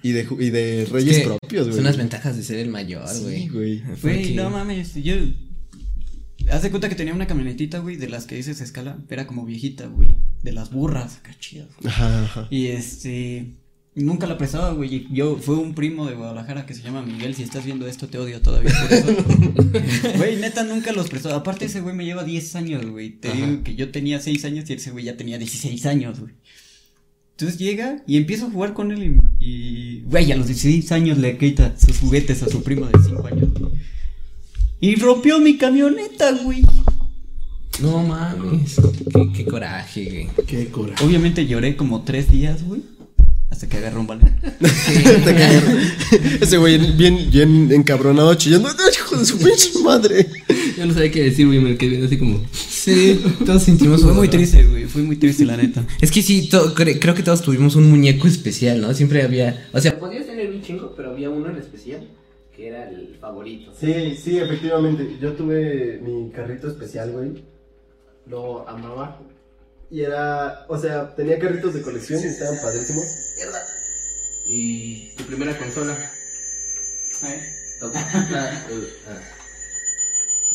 A: Y de, ju- y de reyes
C: que
A: propios, güey.
C: Son las ventajas de ser el mayor, güey.
A: Sí, güey.
D: Güey,
C: Porque-
D: no mames, yo. Haz de cuenta que tenía una camionetita, güey, de las que dices escala, era como viejita, güey. De las burras, acá chidas, güey.
A: Ajá, ajá.
D: Y este. Nunca la prestaba, güey. Yo, fue un primo de Guadalajara que se llama Miguel. Si estás viendo esto, te odio todavía por eso. Güey, neta, nunca los prestaba. Aparte, ese güey me lleva 10 años, güey. Te digo que yo tenía 6 años y ese güey ya tenía 16 años, güey. Entonces llega y empiezo a jugar con él y- y. Güey, a los 16 años le quita sus juguetes a su primo de 5 años. güey. Y rompió mi camioneta, güey.
C: No mames. Qué, qué coraje, güey.
E: Qué coraje.
D: Obviamente lloré como 3 días, güey. Hasta que agarró un balón.
A: [LAUGHS] Te cagaron. Ese güey bien, bien encabronado chillando. ¡Ay, Hijo de su pinche madre.
E: Yo no sabía qué decir, güey, me quedé viendo así como.
C: Sí, todos sentimos.
D: Fue muy triste, güey. Fue muy triste, la neta.
C: Es que sí, to- cre- creo que todos tuvimos un muñeco especial, ¿no? Siempre había. O sea,
F: Podías tener un chingo, pero había uno en especial que era el favorito.
A: Sí, sí, efectivamente. Yo tuve mi carrito especial, güey. Lo amaba. Y era, o sea, tenía carritos de colección y estaban padrísimos.
E: ¿Y tu primera consola? Ah,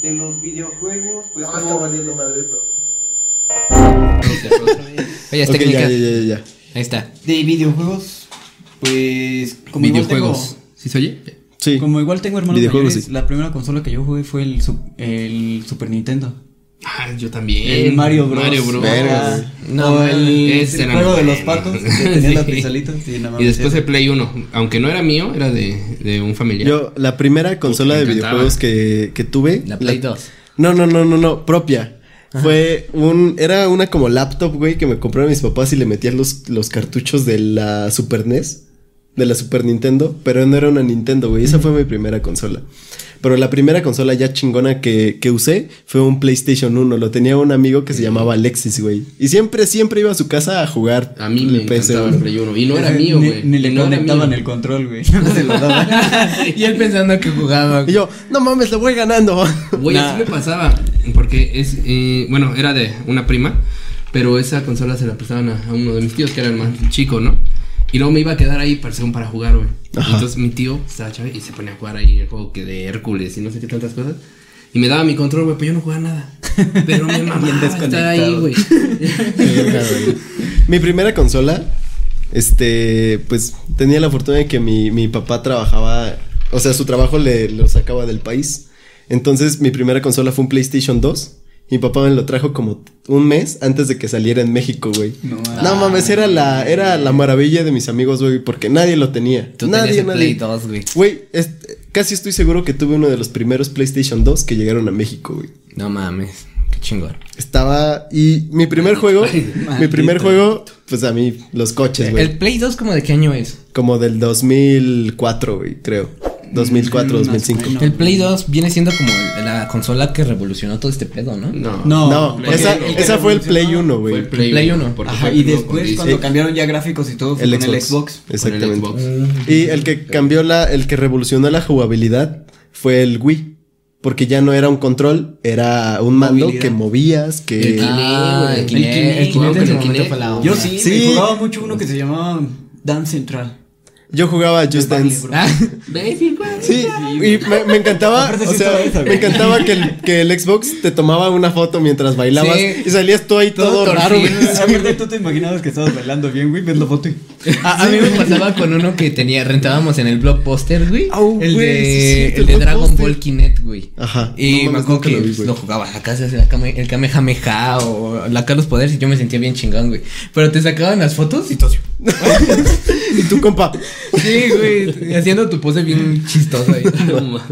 B: De los videojuegos, pues
A: No, está valiendo madre esto.
C: oye, es
A: Ok,
C: técnica.
A: ya, ya, ya, ya.
C: Ahí está.
D: De videojuegos, pues. Como
E: Videojuegos.
D: Igual
E: ¿Sí se oye?
A: Sí.
D: tengo, como igual tengo hermanos
A: Videojuegos,
D: mayores,
A: sí.
D: la primera consola que yo jugué fue el, su- el Super Nintendo.
E: Ah, yo también.
D: El Mario Bros.
E: Mario Bros.
A: Verga,
D: Ah,
C: No,
D: o el,
E: ese
D: el
E: era
D: juego de
E: muy
D: los
E: bueno.
D: [LAUGHS] patos,
E: [LAUGHS]
D: que tenía las
E: Sí.
D: pistolitas. Sí, no mames,
E: Y después
D: ese.
E: el Play 1. Aunque no era mío, era de, de un familiar.
A: Yo, la primera consola de
E: Me encantaba.
A: videojuegos que, que tuve.
C: La
A: [LAUGHS]
C: Play 2.
A: No, no, no, no, no, propia. Fue un. Era una como laptop, güey, que me compraron mis papás y le metían los, los cartuchos de la Super NES. De la Super Nintendo. Pero no era una Nintendo, güey. Esa fue mi primera consola. Pero la primera consola ya chingona que, que usé fue un PlayStation 1. Lo tenía un amigo que se llamaba Alexis, güey. Y siempre, siempre iba a su casa a jugar.
E: A mí me
A: el PS1.
E: encantaba el Play 1. Y no era
D: Ese
E: mío,
D: ni-
E: güey.
D: Ni, le
E: no era
D: conectaban
E: mío.
D: el control, güey. [LAUGHS] No se lo daban.
C: [LAUGHS] y él pensando que jugaba.
A: Y yo, no mames, lo voy ganando. [LAUGHS]
E: Güey, así me pasaba. Porque es. eh, bueno, era de una prima. Pero esa consola se la prestaban a, a uno de mis tíos, que era el más chico, ¿no? Y luego me iba a quedar ahí para, según para jugar, güey.
A: Ajá.
E: Entonces mi tío estaba chave y se ponía a jugar ahí el juego que de Hércules y no sé qué tantas cosas. Y me daba mi control, güey, pero yo no jugaba nada.
C: [LAUGHS]
E: Pero me mamaba estar ahí,
D: desconectado.
E: güey.
A: [LAUGHS] Mi primera consola, este, pues tenía la fortuna de que mi, mi papá trabajaba, o sea, su trabajo le lo sacaba del país. Entonces, mi primera consola fue un PlayStation 2. Mi papá me lo trajo como un mes antes de que saliera en México, güey.
D: No
A: No,
D: mames.
A: mames, era la, era la maravilla de mis amigos, güey, porque nadie lo tenía.
C: Tú tenías
A: nadie,
C: el Play
A: nadie.
C: 2, güey.
A: Güey, es- casi estoy seguro que tuve uno de los primeros PlayStation 2 que llegaron a México, güey.
C: No mames. Qué chingón.
A: Estaba. Y mi primer juego. mi primer juego. Pues a mí, los coches, güey.
C: Eh, El Play 2, como de qué año es?
A: Como del 2004, güey, creo. 2004,
D: Mm, más
A: 2005.
D: o menos. No.
C: El Play 2 viene siendo como la consola que revolucionó todo este pedo, [LAUGHS] ¿no?
E: No.
A: No,
D: porque
A: esa,
D: el que
A: esa fue el Play
D: revolucionó
A: 1,
E: Fue
A: güey.
E: el Play,
C: Play
E: 1.
C: uno.
E: porque
D: Ajá,
E: fue
D: y
E: primero
D: después
E: con
D: cuando
E: Disney.
D: cambiaron ya gráficos y todo fue
A: El
D: con el
A: Xbox.
D: Xbox.
E: Con el
A: Exactamente.
E: Xbox.
C: Mm,
A: Y el que cambió la. El que revolucionó la jugabilidad fue el Wii. Porque ya no era un control, era un mando
D: Movilidad.
A: que movías, que.
C: Ah, el Kinect.
D: Kinect,
C: El Kinect en
E: el
C: su momento
E: Kinect.
C: fue la
D: Yo
C: onda.
D: sí,
A: Sí.
D: Me jugaba mucho uno que se llamaba Dance Central.
A: Yo jugaba Just
D: Barney,
A: Dance.
D: bro.
C: Ah, [LAUGHS]
A: Sí, y me, me encantaba,
D: Aparte
A: o
D: sí estaba
A: sea,
D: esa,
A: me
D: güey.
A: encantaba que el, que el Xbox te tomaba una foto mientras bailabas
C: Sí.
A: y salías tú ahí todo,
C: Todo
A: raro, güey.
C: torcido.
D: Aparte, tú te imaginabas que estabas bailando bien, güey. Ves la foto y. Ah,
E: [LAUGHS]
C: A, a mí me pasaba con uno que tenía, rentábamos en el blockbuster, güey.
A: Au,
C: el
A: Ah, güey, sí es
C: de,
A: cierto,
C: el de
A: el
C: Dragon
A: Blockbuster.
C: Ball Kinect, güey.
A: Ajá.
C: Y
A: No
C: me
A: mames,
C: acuerdo
A: nunca
C: que
A: lo vi,
C: pues,
A: güey.
C: lo jugaba a la casa, hacía la Kame- el Kamehameha o la Carlos Poderes y yo me sentía bien chingón, güey. Pero te sacaban las fotos y todo. así.
A: Y tú, compa.
C: Sí, güey, haciendo tu pose
A: [LAUGHS]
C: bien chistosa ahí.
E: No mames.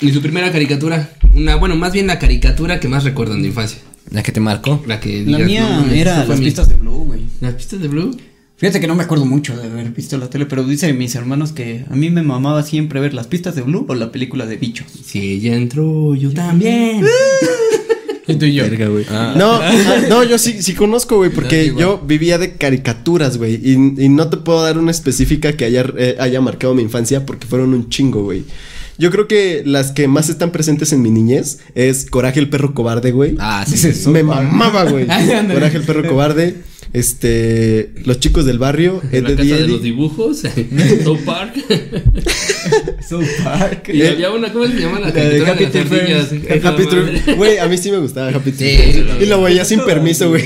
E: Y su primera caricatura, una, bueno, más bien la caricatura que más recuerdan de infancia.
C: La que te marcó.
E: La que digas,
D: La
E: no
D: mía
E: mames, esa
D: era
E: fue
D: las
E: mi-
D: pistas de Blue, güey.
E: Las pistas de Blue.
D: Fíjate que no me acuerdo mucho de haber visto la tele, pero dicen mis hermanos que a mí me mamaba siempre ver las pistas de Blue o la película de bichos.
E: Si ella entró, yo también.
C: Y
E: [LAUGHS]
C: tú y yo.
E: Ah.
A: No, no, yo sí, sí conozco, güey, porque
C: igual.
A: yo vivía de caricaturas, güey. Y, y no te puedo dar una específica que haya, eh, haya marcado mi infancia porque fueron un chingo, güey. Yo creo que las que más están presentes en mi niñez es Coraje el perro cobarde, güey.
C: Ah, sí.
A: Me mamaba, güey.
C: Ándale.
A: Coraje el perro cobarde. este, los chicos del barrio, Ed,
E: la
A: Ed
E: casa
A: y
E: de
A: Eddie.
E: los dibujos,
A: [LAUGHS]
E: South Park.
D: South Park.
E: Y había una, ¿cómo se llama? La
A: La de
E: caricatura de
A: Happy
E: las
A: Tree
E: ardillas. ¿eh?
A: Friends. El Happy Tree- Güey, a mí sí me gustaba Happy Tree.
E: Sí,
A: Friends. y lo veía sin permiso, güey.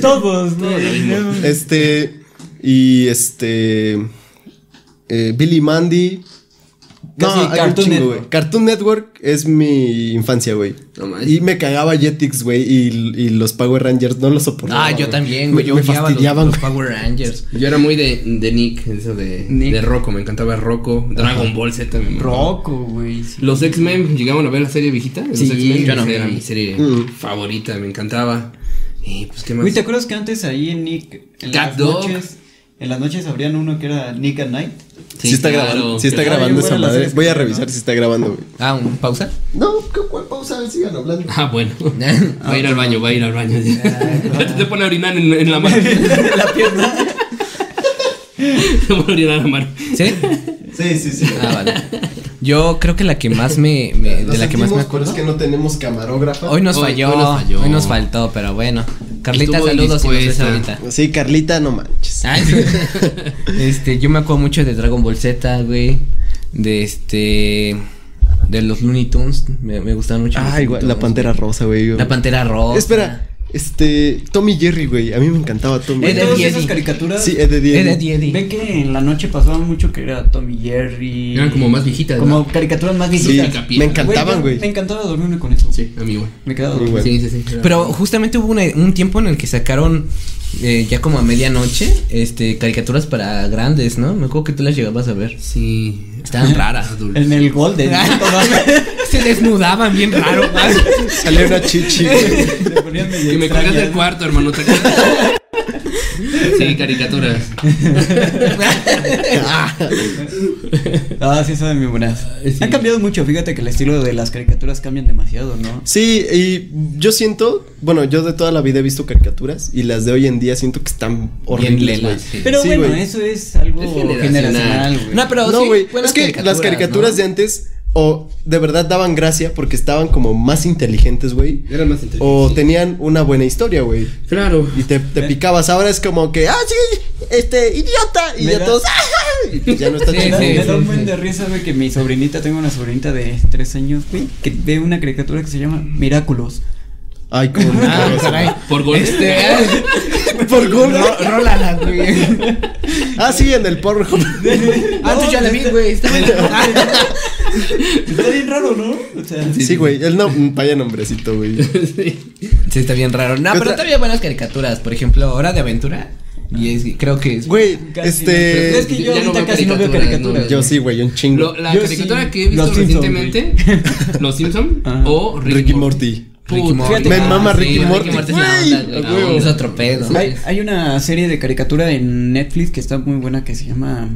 D: [LAUGHS] Todos, güey.
A: Este. Y este. eh, Billy Mandy. No,
D: Casi
A: hay un
D: Cartoon
A: chingo,
D: Network.
A: güey. Cartoon Network es mi infancia, güey.
E: No manches.
A: y me cagaba Jetix, güey. Y, y los Power Rangers no los soportaba.
C: Ah, yo
A: güey.
C: también, güey.
A: Me-
C: Yo
A: me
C: odiaba los,
A: fastidiaban.
C: los Power Rangers.
E: Yo era muy de, de Nick, eso de,
D: Nick.
E: de Rocco, me encantaba Rocco, Dragon Ball Z me mamaba.
D: Rocco, güey. sí.
E: Los X-Men, llegaban a ver la serie viejita. Los
D: Sí,
E: X-Men,
D: yo
E: esa
C: no.
E: era mi serie
A: Mm.
E: favorita, me encantaba. Y pues, ¿qué más?
D: Güey, ¿te acuerdas que antes ahí en Nick. En
E: Cat
D: las
E: Dog.
D: noches. En las noches abrían uno que era Nick at Night.
A: Sí, está
E: claro.
A: grabando, sí está
D: Ay,
A: grabando
D: bueno,
A: esa
D: las
A: madre.
D: series que
A: Voy a
D: tienen,
A: revisar
D: ¿no?
A: si está grabando, güey.
C: Ah, ¿un pausa?
A: No, ¿qué cuál pausa? Sigan hablando.
E: [LAUGHS] Ah,
D: [LAUGHS]
E: bueno. va a ir al baño, va a ir al baño. [LAUGHS] te pone a orinar en, en la
D: [LAUGHS]
E: mano.
D: la pierna.
E: [LAUGHS] te pone a orinar en la mano.
C: ¿Sí?
A: Sí, sí, sí.
C: Ah, vale. Yo creo que la que más me. me- Eh, de la que más me acuerdo.
A: que no tenemos camarógrafa.
C: Hoy nos,
E: Hoy-
C: falló,
E: hoy
C: hoy
E: nos
C: nos
E: falló.
C: faltó, pero bueno. Carlita,
E: Estuvo
C: saludos si nos ves
E: indispuesta.
C: ahorita.
A: Sí, Carlita, no manches.
C: Ay, sí.
E: [LAUGHS]
C: este, yo me acuerdo mucho de Dragon Ball Z, güey. De este. De los Looney Tunes. Me, me gustaban mucho. los
A: Ay,
C: Looney
A: güey, Ah, la
C: Tunes,
A: pantera
C: güey.
A: rosa, güey.
C: La pantera roja.
A: Espera, este. Tommy Jerry, güey. A mí me encantaba Tommy.
C: Ed,
D: En
C: Ed,
D: todas
C: y
D: esas
C: Eddie.
D: caricaturas.
A: Sí, Ed, Ed, Ed.
C: Ed, Ed y Eddie.
D: Ve que en la noche pasaba mucho que era Tommy Jerry.
E: Eran como más viejitas.
D: Como
E: ¿no?
D: caricaturas más
A: Sí,
D: viejitas.
E: Pica,
A: me
E: pica.
A: encantaban,
D: yo-
A: güey.
D: Me encantaba dormirme con eso.
E: Sí, amigo.
D: Me quedaba
A: Muy
D: dormido.
A: bueno.
E: Sí, sí, sí. era-
C: Pero justamente hubo una- un tiempo en el que sacaron. eh, ya como a medianoche, este, caricaturas para grandes, ¿no? Me acuerdo que tú las llegabas a ver.
E: Sí. [LAUGHS]
C: Estaban raras.
D: En el Golden.
C: Se desnudaban bien raro, güey.
A: Salió una chichi.
C: [LAUGHS]
A: güey.
D: Se ponían medio
E: Ah, Que me
D: extrañas.
E: cargas del cuarto, hermano. te
D: [LAUGHS]
E: cargas. sí, caricaturas.
D: Ah, sí, saben muy buenas. Han cambiado mucho, fíjate que el estilo de las caricaturas cambian demasiado, ¿no?
A: Sí, y yo siento. Bueno, yo de toda la vida he visto caricaturas. Y las de hoy en día siento que están horribles,
C: lelas,
A: güey.
C: sí.
D: Pero
A: Sí,
D: bueno,
A: güey.
D: eso es algo
E: Es generacional.
D: generacional, güey.
C: No, pero
A: no,
C: sí,
A: güey.
C: buenas
A: es que las caricaturas
C: ¿no?
A: de antes. O de verdad daban gracia porque estaban como más inteligentes, güey.
E: Eran más inteligentes.
D: Oh,
A: O tenían una buena historia, güey.
E: Claro.
A: Y te, te picabas. Ahora es como que, ah, sí, este, idiota. Y
D: Me
A: ya
D: da-
A: todos, "Ah", y pues ya no está
C: Sí,
D: Me
A: chido.
D: da-
C: sí,
D: me
C: sí,
D: da un
C: sí.
D: buen de risa, güey, que mi sobrinita, tengo una sobrinita de tres años, güey, que ve una caricatura que se llama Miraculous.
A: Ay, cómo me cago
C: [LAUGHS] Ah,
A: eso.
C: caray.
E: Por gol.
C: Este,
D: [LAUGHS]
A: Por gol.
C: Ro- rólala, güey.
A: Ah, sí, en el Pornhub.
C: Ah, tú ya la vi, güey. Está buena.
D: Está bien raro, ¿no? O sea,
A: Sí, güey. El no, mm, vaya nombrecito,
C: [LAUGHS]
A: güey.
C: Sí, está bien raro. No,
A: ¿Qué
C: pero
A: otra?
C: todavía buenas caricaturas. Por ejemplo, Hora de Aventura. Y es, creo que es.
A: Güey,
D: Casi no. Es
A: este.
D: que yo
E: ya no
D: ahorita
E: veo
D: casi no veo
E: caricaturas,
D: caricaturas.
E: no,
A: Yo sí, güey, un chingo.
E: Lo- la
D: Yo
E: caricatura
D: sí.
E: que he visto
D: Los Ah. Simpson,
E: recientemente, [LAUGHS] Los Simpson
D: Ajá.
E: o Ricky,
A: Ricky Morty.
C: Ricky
E: Puta,
C: Morty. Ah,
E: fíjate
A: Me
E: que-
A: mama
E: sí,
A: Ricky
E: Ricky
A: Morty.
E: Morty.
C: es la
A: Güey,
C: onda, güey.
A: a huevo.
C: Es otro pedo. Pues,
D: Hay, hay una serie de caricatura en Netflix que está muy buena que se llama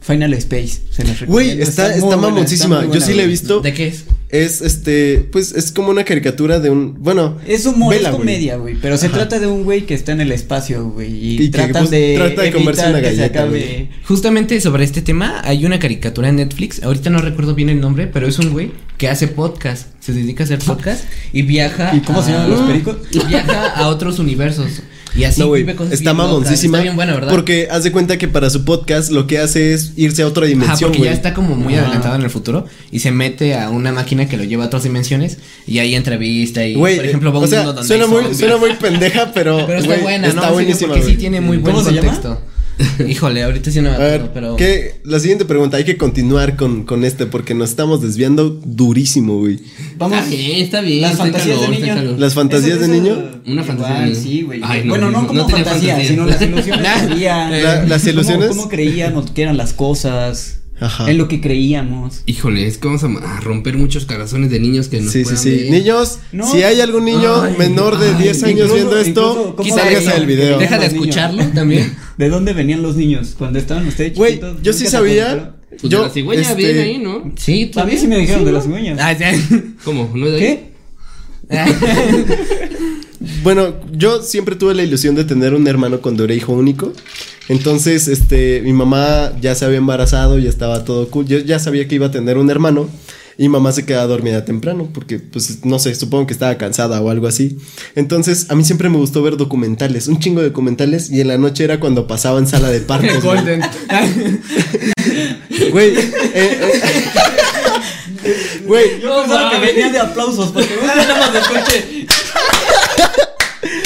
D: Final Space. Se las
A: Güey,
D: recomiendo,
A: está,
D: muy
A: está
D: buena,
A: mamoncísima.
D: está muy
A: Yo sí
D: buena,
A: la he
D: güey.
A: visto.
C: ¿De qué es?
A: Es este. Pues es como una caricatura de un. Bueno.
D: Es humor,
A: vela,
D: es
A: güey.
D: comedia, güey. Pero se
A: Ajá.
D: trata de un güey que está en el espacio, güey. Y,
A: Y que,
D: tratan
A: pues,
D: de.
A: trata de comerse
D: evitar
A: una
D: que se
A: galleta,
D: acabe-
A: güey.
C: Justamente sobre este tema hay una caricatura en Netflix, ahorita no recuerdo bien el nombre, pero es un güey que hace podcast, se dedica a hacer podcast y viaja
D: ¿Y cómo se
C: a-
D: llaman los pericos?
C: Y viaja a otros universos y así
A: No, güey,
C: vive cosas
A: está
C: bien locas,
A: mamoncísima.
C: Está bien buena, ¿verdad?
A: Porque haz de cuenta que para su podcast lo que hace es irse a otra
C: Ajá,
A: dimensión,
C: porque
A: güey.
C: ya está como muy
D: Ah.
C: adelantado en el futuro y se mete a una máquina que lo lleva a otras dimensiones y ahí entrevista y
A: Güey,
C: por ejemplo va a
A: o
C: un
A: sea,
C: mundo donde
A: suena
C: hay
A: muy,
C: zombies.
A: suena muy pendeja, pero,
C: [LAUGHS] pero está
A: güey,
C: buena,
A: está
C: ¿no? Sí,
A: buenísima,
C: porque
A: güey.
C: sí tiene muy buen
D: ¿Cómo se llama?
C: contexto. Híjole, ahorita sí no me
A: A ver,
C: acuerdo, pero
A: ¿qué? la siguiente pregunta, hay que continuar con, con este porque nos estamos desviando durísimo, güey.
D: Vamos.
E: Está bien, está bien.
D: Las
E: está
D: fantasías
E: calor,
D: de
E: está
D: niño.
E: calor.
A: Las fantasías
D: Esas-
A: de
D: esas-
A: niño.
E: Una fantasía de
D: Igual,
E: niño.
D: sí, güey.
E: Ay, no,
D: bueno, no,
E: no,
D: como
E: no tenía
D: fantasía,
E: fantasía.
D: sino
E: [LAUGHS]
D: las ilusiones que había.
A: La- las
D: Cómo-
A: ilusiones.
D: Cómo, creíamos que eran las cosas.
A: Ajá.
D: En lo que creíamos.
E: Híjole, es que vamos a, ma- a romper muchos corazones de niños que nos
A: Sí, sí,
E: puedan
A: sí.
E: ver.
A: Niños,
D: No.
A: si hay algún niño
C: Ay,
A: menor de
C: ay,
A: 10 años
D: incluso-
A: viendo esto,
D: incluso, ¿cómo
A: sálgase
C: sabe?
A: del video.
C: Deja de
D: Los niños.
C: escucharlo también.
D: ¿De dónde venían los niños cuando estaban ustedes
A: Güey,
D: chiquitos?
A: yo sí
D: ¿Nunca te
A: sabía.
D: preguntaron?
E: Pues
A: yo,
E: de la cigüeña
A: este,
E: bien ahí, ¿no?
C: Sí,
D: A mí sí me dijeron de las cigüeñas.
C: Ah, [LAUGHS] sí.
E: ¿Cómo? ¿No es de ahí?
D: ¿Qué?
A: Bueno, yo siempre tuve la ilusión de tener un hermano cuando era hijo único. Entonces, este, mi mamá ya se había embarazado, ya estaba todo cool. Yo ya sabía que iba a tener un hermano. Y mamá se quedaba dormida temprano porque, pues, no sé, supongo que estaba cansada o algo así. Entonces, a mí siempre me gustó ver documentales, un chingo de documentales. Y en la noche era cuando pasaban sala de partos. güey.
C: Golden.
A: Güey, eh, eh, güey,
D: Yo pensaba que venía de aplausos
E: [LAUGHS]
D: porque no nada más escuché.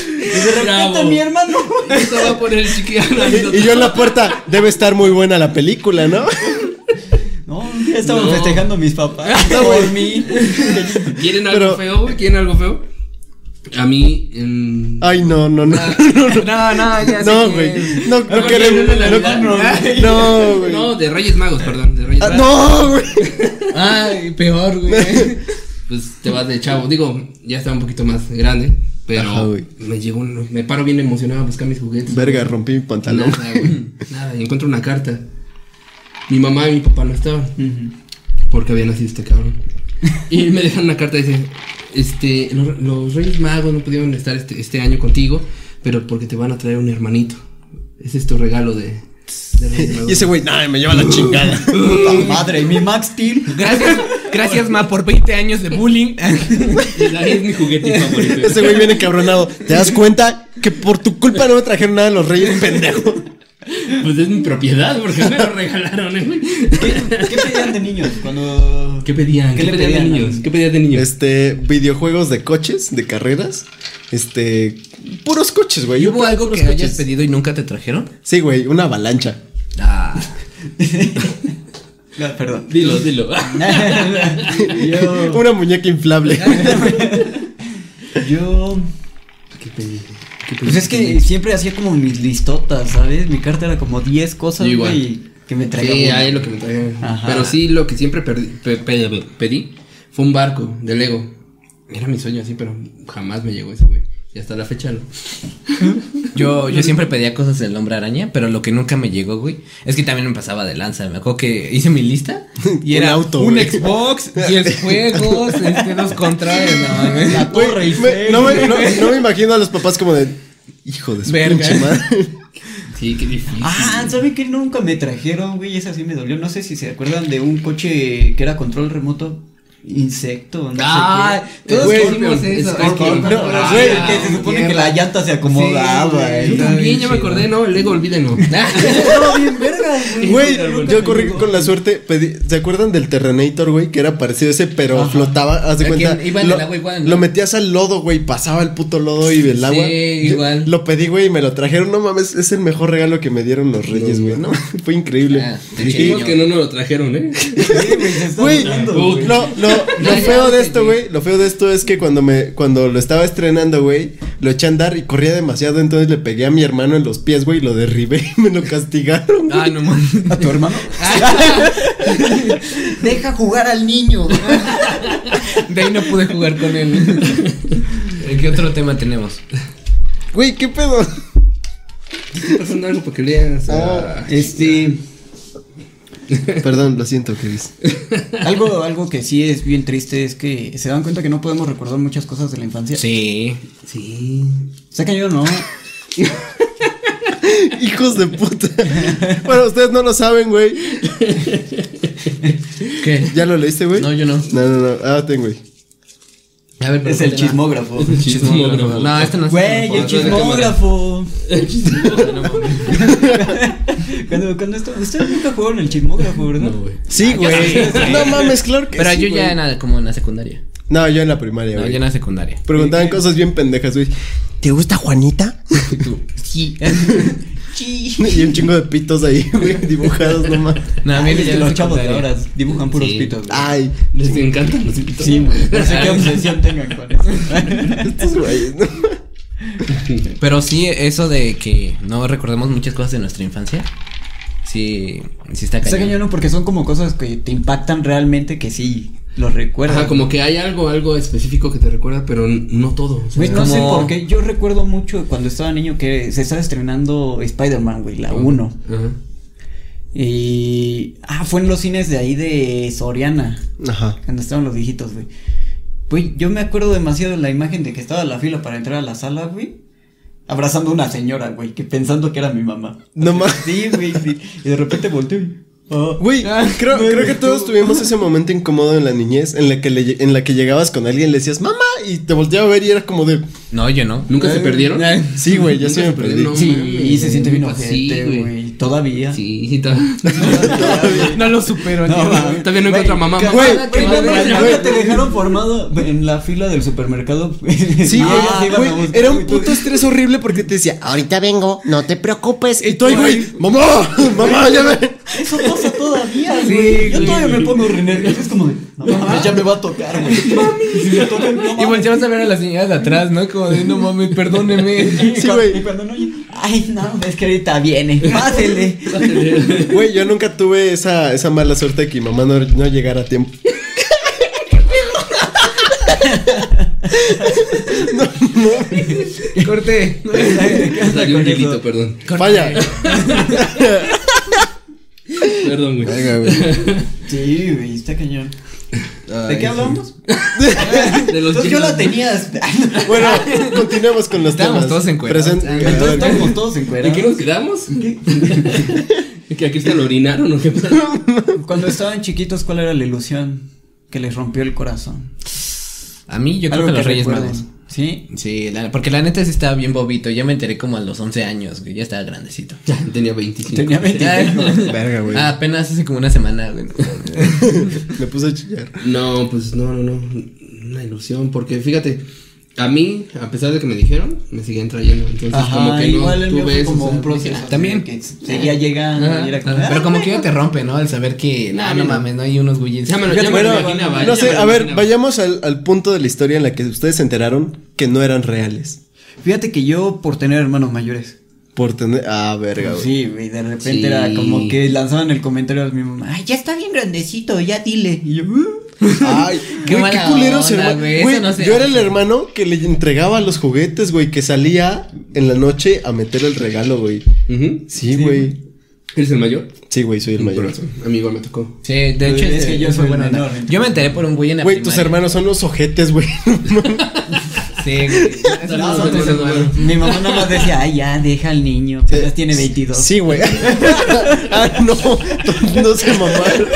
D: Y de repente
E: Bravo.
D: mi hermano.
E: Esto va a poner el chiquillo hablando.
A: y yo en la puerta, debe estar muy buena la película, ¿no?
D: No, un día estaban
E: No.
D: festejando mis
E: [LAUGHS]
D: papás por mí.
E: ¿Quieren algo
A: Pero-
E: feo, güey? ¿Quieren algo feo? A mí. em,
A: Ay, no, no, no.
C: Ah. No,
A: [LAUGHS]
C: no, ya sé
A: No,
C: quién.
A: güey. No, no
E: ok,
A: queremos.
E: no, no,
A: No,
E: no, no.
A: no, güey.
E: no, de Reyes Magos, perdón. De Reyes
A: Ah,
E: Magos.
A: no, güey.
C: Ay, peor, güey.
E: Pues te vas de chavo. Digo, ya está un poquito más grande. Pero
A: Ajá, güey.
E: me llegó un- Me paro bien emocionado a buscar mis juguetes.
A: Verga, rompí mi pantalón.
E: Nada, güey. Nada, y encuentro una carta. Mi mamá y mi papá no estaban. Porque había nacido este cabrón. Y me dejan una carta dice, este, lo- los, Reyes Magos no pudieron estar este, este año contigo, pero porque te van a traer un hermanito. Ese es tu regalo de, de Reyes
A: [LAUGHS]
E: Magos".
A: Y ese güey, nada, me lleva la chingada.
D: Puta madre, mi Max Steel.
C: Gracias, gracias, ma, por 20 años de bullying.
E: Y [LAUGHS] ahí es mi juguete favorito.
A: Ese güey viene cabronado. ¿Te das cuenta que por tu culpa no me trajeron nada de los reyes, pendejo?
E: Pues es mi propiedad, porque me lo regalaron, eh, güey.
D: ¿Qué pedían de niños cuando.?
E: ¿Qué pedían? ¿Qué,
D: ¿Qué le
E: pedían de
D: pedían a-
E: niños? ¿Qué pedían de niños?
A: Este, videojuegos de coches, de carreras. Este, puros coches, güey.
C: ¿Y hubo
A: Puros
C: algo que
A: coches.
C: hayas pedido y nunca te trajeron?
A: Sí, güey, una avalancha.
C: Ah.
D: No,
E: [LAUGHS]
D: perdón.
E: Dilo, dilo.
A: [LAUGHS]
D: yo.
A: Una muñeca inflable.
D: Yo.
E: ¿Qué pedí? ¿Qué pedí?
D: Pues es
E: este,
D: que siempre hacía como mis listotas, ¿sabes? Mi carta era como 10 cosas,
E: Yo igual.
D: güey. Que me traía.
E: Sí,
D: uno.
E: ahí lo que me traía.
D: Ajá.
E: Pero sí, lo que siempre perdí- pe- pe- pedí fue un barco de Lego. Era mi sueño así, pero jamás me llegó ese, güey. Y hasta la fecha no.
C: Yo, yo siempre pedía cosas del hombre araña, pero lo que nunca me llegó, güey, es que también me pasaba de lanza. Me acuerdo que hice mi lista y
A: Un
C: era
A: auto,
C: un
A: güey.
C: Xbox, 10 juegos, este, dos controles, no mames.
D: La
A: Güey,
D: torre
A: me-
D: Eiffel.
A: no, me, no, no me imagino a los papás como de. Hijo de su
C: Verga.
A: pinche
C: [LAUGHS]
A: madre.
E: Sí, qué difícil.
D: Ah, ¿saben qué? Nunca me trajeron, güey. Esa sí me dolió. No sé si se acuerdan de un coche que era control remoto. Insecto, no
C: Ah,
D: sé qué.
C: todos
A: Güey,
C: hicimos
E: Scorpion,
C: eso.
E: Scorpion.
D: No,
C: Scorpion.
D: pero
C: Ah,
D: güey, que se supone que
C: mierda.
D: la llanta se acomodaba.
C: Sí,
E: Yo
D: eh.
C: Está
E: también,
C: bien
E: ya me
C: chido.
E: acordé, no, el Lego,
C: [LAUGHS]
E: olvídenlo.
D: Estaba bien verga, güey.
A: Güey, yo corrí con la suerte. pedí- ¿Se acuerdan del Terrenator, güey? Que era parecido a ese, pero flotaba. Haz de
C: A
A: cuenta.
C: quien iba en el agua igual, ¿no?
A: Lo metías al lodo, güey. Pasaba el puto lodo y el agua. Yo-
C: igual.
A: Lo pedí, güey, y me lo trajeron. No mames, es el mejor regalo que me dieron los Reyes, güey. No, [LAUGHS] fue increíble.
C: Ah, de
A: Y-
C: chido.
E: Dijimos que no nos lo trajeron, ¿eh?
A: Güey,
E: güey.
A: lo, lo,
E: [LAUGHS]
A: lo
C: Ya,
A: feo
C: ya,
A: de esto,
C: entendí.
A: güey, lo feo de esto es que cuando me cuando lo estaba estrenando, güey, lo eché a andar y corría demasiado, entonces le pegué a mi hermano en los pies, güey, y lo derribé y me lo castigaron.
C: [LAUGHS] Ah, no mames.
D: ¿A tu hermano? Deja jugar al niño.
C: De ahí no pude jugar con él. Eh, ¿Qué otro tema tenemos?
A: Güey, ¿qué pedo?
E: Está pasando algo para que leas. ah.
D: Este,
A: Perdón, lo siento, Chris. [LAUGHS]
D: algo, algo que sí es bien triste es que se dan cuenta que no podemos recordar muchas cosas de la infancia.
C: Sí.
E: Sí.
D: O sea que yo no.
A: Hijos de puta. Bueno, ustedes no lo saben, güey.
C: ¿Qué?
A: ¿Ya lo leíste, güey?
C: No, yo no.
A: No, no, no. Ah, tengo, güey.
C: A ver, pero
D: Es el
C: cuéntala.
D: chismógrafo.
E: Es el chismógrafo.
C: No, esto no es
D: [LAUGHS] Güey, el chismógrafo. Cuando, cuando esto, ustedes nunca jugaron el chismógrafo, ¿verdad?
E: No, güey.
A: Sí, güey.
C: sí, güey.
A: Ah, No mames, claro que
C: Pero
A: sí,
C: yo ya
A: güey.
C: en la- como en la secundaria.
A: No, yo en la primaria,
C: No,
A: güey.
C: yo en la secundaria.
A: Preguntaban cosas bien pendejas, güey. ¿Te gusta [LAUGHS] Juanita?
C: Sí.
A: [LAUGHS]
D: Sí.
A: Y un chingo de pitos ahí, güey, dibujados nomás.
C: No, a mí
D: Ay, es
C: Ah, ya
D: que
C: en la
D: los chavos de
C: secundaria.
D: ahora dibujan puros pitos. güey.
A: Ay,
E: Les encantan los pitos.
D: Ah, Sí, güey. No [LAUGHS] sé qué obsesión tengan con [LAUGHS] eso.
A: estos güeyes, ¿no?
C: Pero sí, eso de que no recordemos muchas cosas de nuestra infancia. Sí, sí está
D: Está
C: cañón.
D: cañón, ¿no? porque son como cosas que te impactan realmente que sí los recuerdas.
E: Ajá, como que hay algo, algo específico que te recuerda, pero n- no todo. o sea,
D: Güey, no sé
C: como-
D: por qué. Yo recuerdo mucho cuando estaba niño que se estaba estrenando Spider-Man, güey, la 1.
E: Ajá.
D: Y. Ah, fue en los cines de ahí de Soriana.
A: Ajá.
D: Cuando estaban los viejitos, güey. Güey, yo me acuerdo demasiado de la imagen de que estaba la fila para entrar a la sala, güey. Abrazando a una señora, güey, que pensando que era mi mamá.
A: No
D: Así,
A: ma-
D: Sí, güey. sí. Y "Oh, de repente volteo y.
A: Güey, creo, creo que todos tuvimos ese momento incómodo en la niñez en la que, le- en la que llegabas con alguien, le decías mamá y te volteaba a ver y era como de.
C: No, yo no.
E: ¿Nunca se
A: "Ay,
E: perdieron?
A: ay". Sí, güey, yo
E: Nunca
A: sí me
E: se
A: perdí.
E: perdieron, no.
D: sí,
E: mames,
D: y se siente bien
E: pues
D: ojete,
E: sí, güey.
D: güey. Todavía.
E: Sí, sí, to-
C: No lo supero,
D: No,
C: tío.
D: mames.
E: todavía no encuentro a mamá.
A: Güey,
E: Mamá,
D: Güey,
E: que
D: no
E: mamá.
D: mames,
A: güey.
D: nunca te dejaron formado en la fila del supermercado. [LAUGHS]
A: Sí,
D: Ah, Sí,
A: güey, güey, era un puto estrés horrible porque te decía, ahorita vengo, no te preocupes. Y tú, ahí, güey, mamá, mamá, ya ve.
D: Eso pasa todavía, güey. Yo todavía me pongo re nervioso. Es como de, no mames, ya me va a tocar, güey. [LAUGHS] Y si me toca, no
C: Y
D: mames.
C: volteabas a ver a la señora de atrás, ¿no? Como de, no mames,
D: [LAUGHS]
C: perdóneme.
A: Sí,
D: Y cuando-
A: güey.
D: Y cuando no oye, ay, no, es que ahorita [LAUGHS] viene. Pásele.
C: [LAUGHS]
A: Güey, yo nunca tuve esa, esa mala suerte de que mi mamá no, no llegara a tiempo.
C: Corte.
E: Salió un hilito, perdón.
A: Falla.
E: Perdón, güey.
D: Sí, güey, está cañón. ¿De qué hablamos?
E: De los
D: Entonces yo
E: Jimmy.
D: la tenía. hasta-
A: [LAUGHS] Bueno, continuemos con los
C: Estábamos
A: temas.
C: todos Ah, encuerados.
D: Entonces
A: Present-
D: estábamos todos
E: ¿En qué
D: encuerados.
E: nos
D: [LAUGHS]
E: quedamos? ¿Que aquí se lo orinaron o
C: [LAUGHS]
E: qué pasó?
D: Cuando estaban chiquitos, ¿cuál era la ilusión que les rompió el corazón?
C: A mí, yo creo
D: Algo
C: que los Reyes
D: recuerden.
C: Magos.
D: Sí.
C: Sí, la- porque la neta sí estaba bien bobito. Ya me enteré como a los 11 años, güey. Ya estaba grandecito.
E: Tenía 25.
D: Tenía
C: [LAUGHS]
D: 25.
A: Verga, güey.
C: Ah, apenas hace como una semana, güey.
A: [LAUGHS] Me puse a chillar.
E: No, pues no, no, no. Una ilusión, porque fíjate, a mí, a pesar de que me dijeron, me siguen trayendo. Entonces,
D: Ajá,
E: como que
D: igual el
E: no
D: mío fue
E: tuve eso.
D: como un
E: proceso.
D: proceso.
C: También.
D: Que seguía llegando.
C: Ajá,
D: y era como,
C: ajá.
D: "Ah,
C: Pero como que ya te rompe, ¿no? El saber que, "Ah,
E: Nah,
C: no,
E: mira.
C: no mames, no hay unos bullies.
E: Ya me lo, ya me lo imaginaba.
A: No
E: ya
A: sé,
E: me lo
A: a ver,
E: imaginaba.
A: vayamos al, al punto de la historia en la que ustedes se enteraron que no eran reales.
D: Fíjate que yo, por tener hermanos mayores.
A: Por tener. Ah, verga, güey.
D: Sí, güey, de repente
E: Sí.
D: era como que lanzaban el comentario a mi mamá. Ay, ya está bien grandecito, ya dile. Y yo, "Uh".
C: [LAUGHS]
A: Ay,
C: Qué
A: güey, qué
C: mala
A: culeros
C: onda,
A: hermano.
C: güey, eso
A: Güey,
C: no se
A: yo era el
C: hace.
A: hermano que le entregaba los juguetes, güey, que salía en la noche a meter el regalo, güey.
E: Ujú.
A: Sí, güey.
E: ¿Eres el mayor?
A: Sí, güey, soy el mayor.
E: Amigo, me tocó.
C: Sí, de hecho,
D: Es
C: este,
D: que yo
C: fue
D: soy el
C: buena onda.
D: menor,
C: Yo me enteré por un güey en la
A: Güey, tus
C: primaria.
A: hermanos son los ojetes, güey. [LAUGHS]
C: Sí, güey. Eso no
E: Saludos
C: lo
E: a
C: sé,
E: tus
C: hermano.
E: hermanos.
D: Mi mamá nada más decía, ay, ya, deja al niño. que Ya tiene 22.
A: Sí,
D: [LAUGHS]
A: güey. ah, no. No se
D: [LAUGHS]
A: mamaron.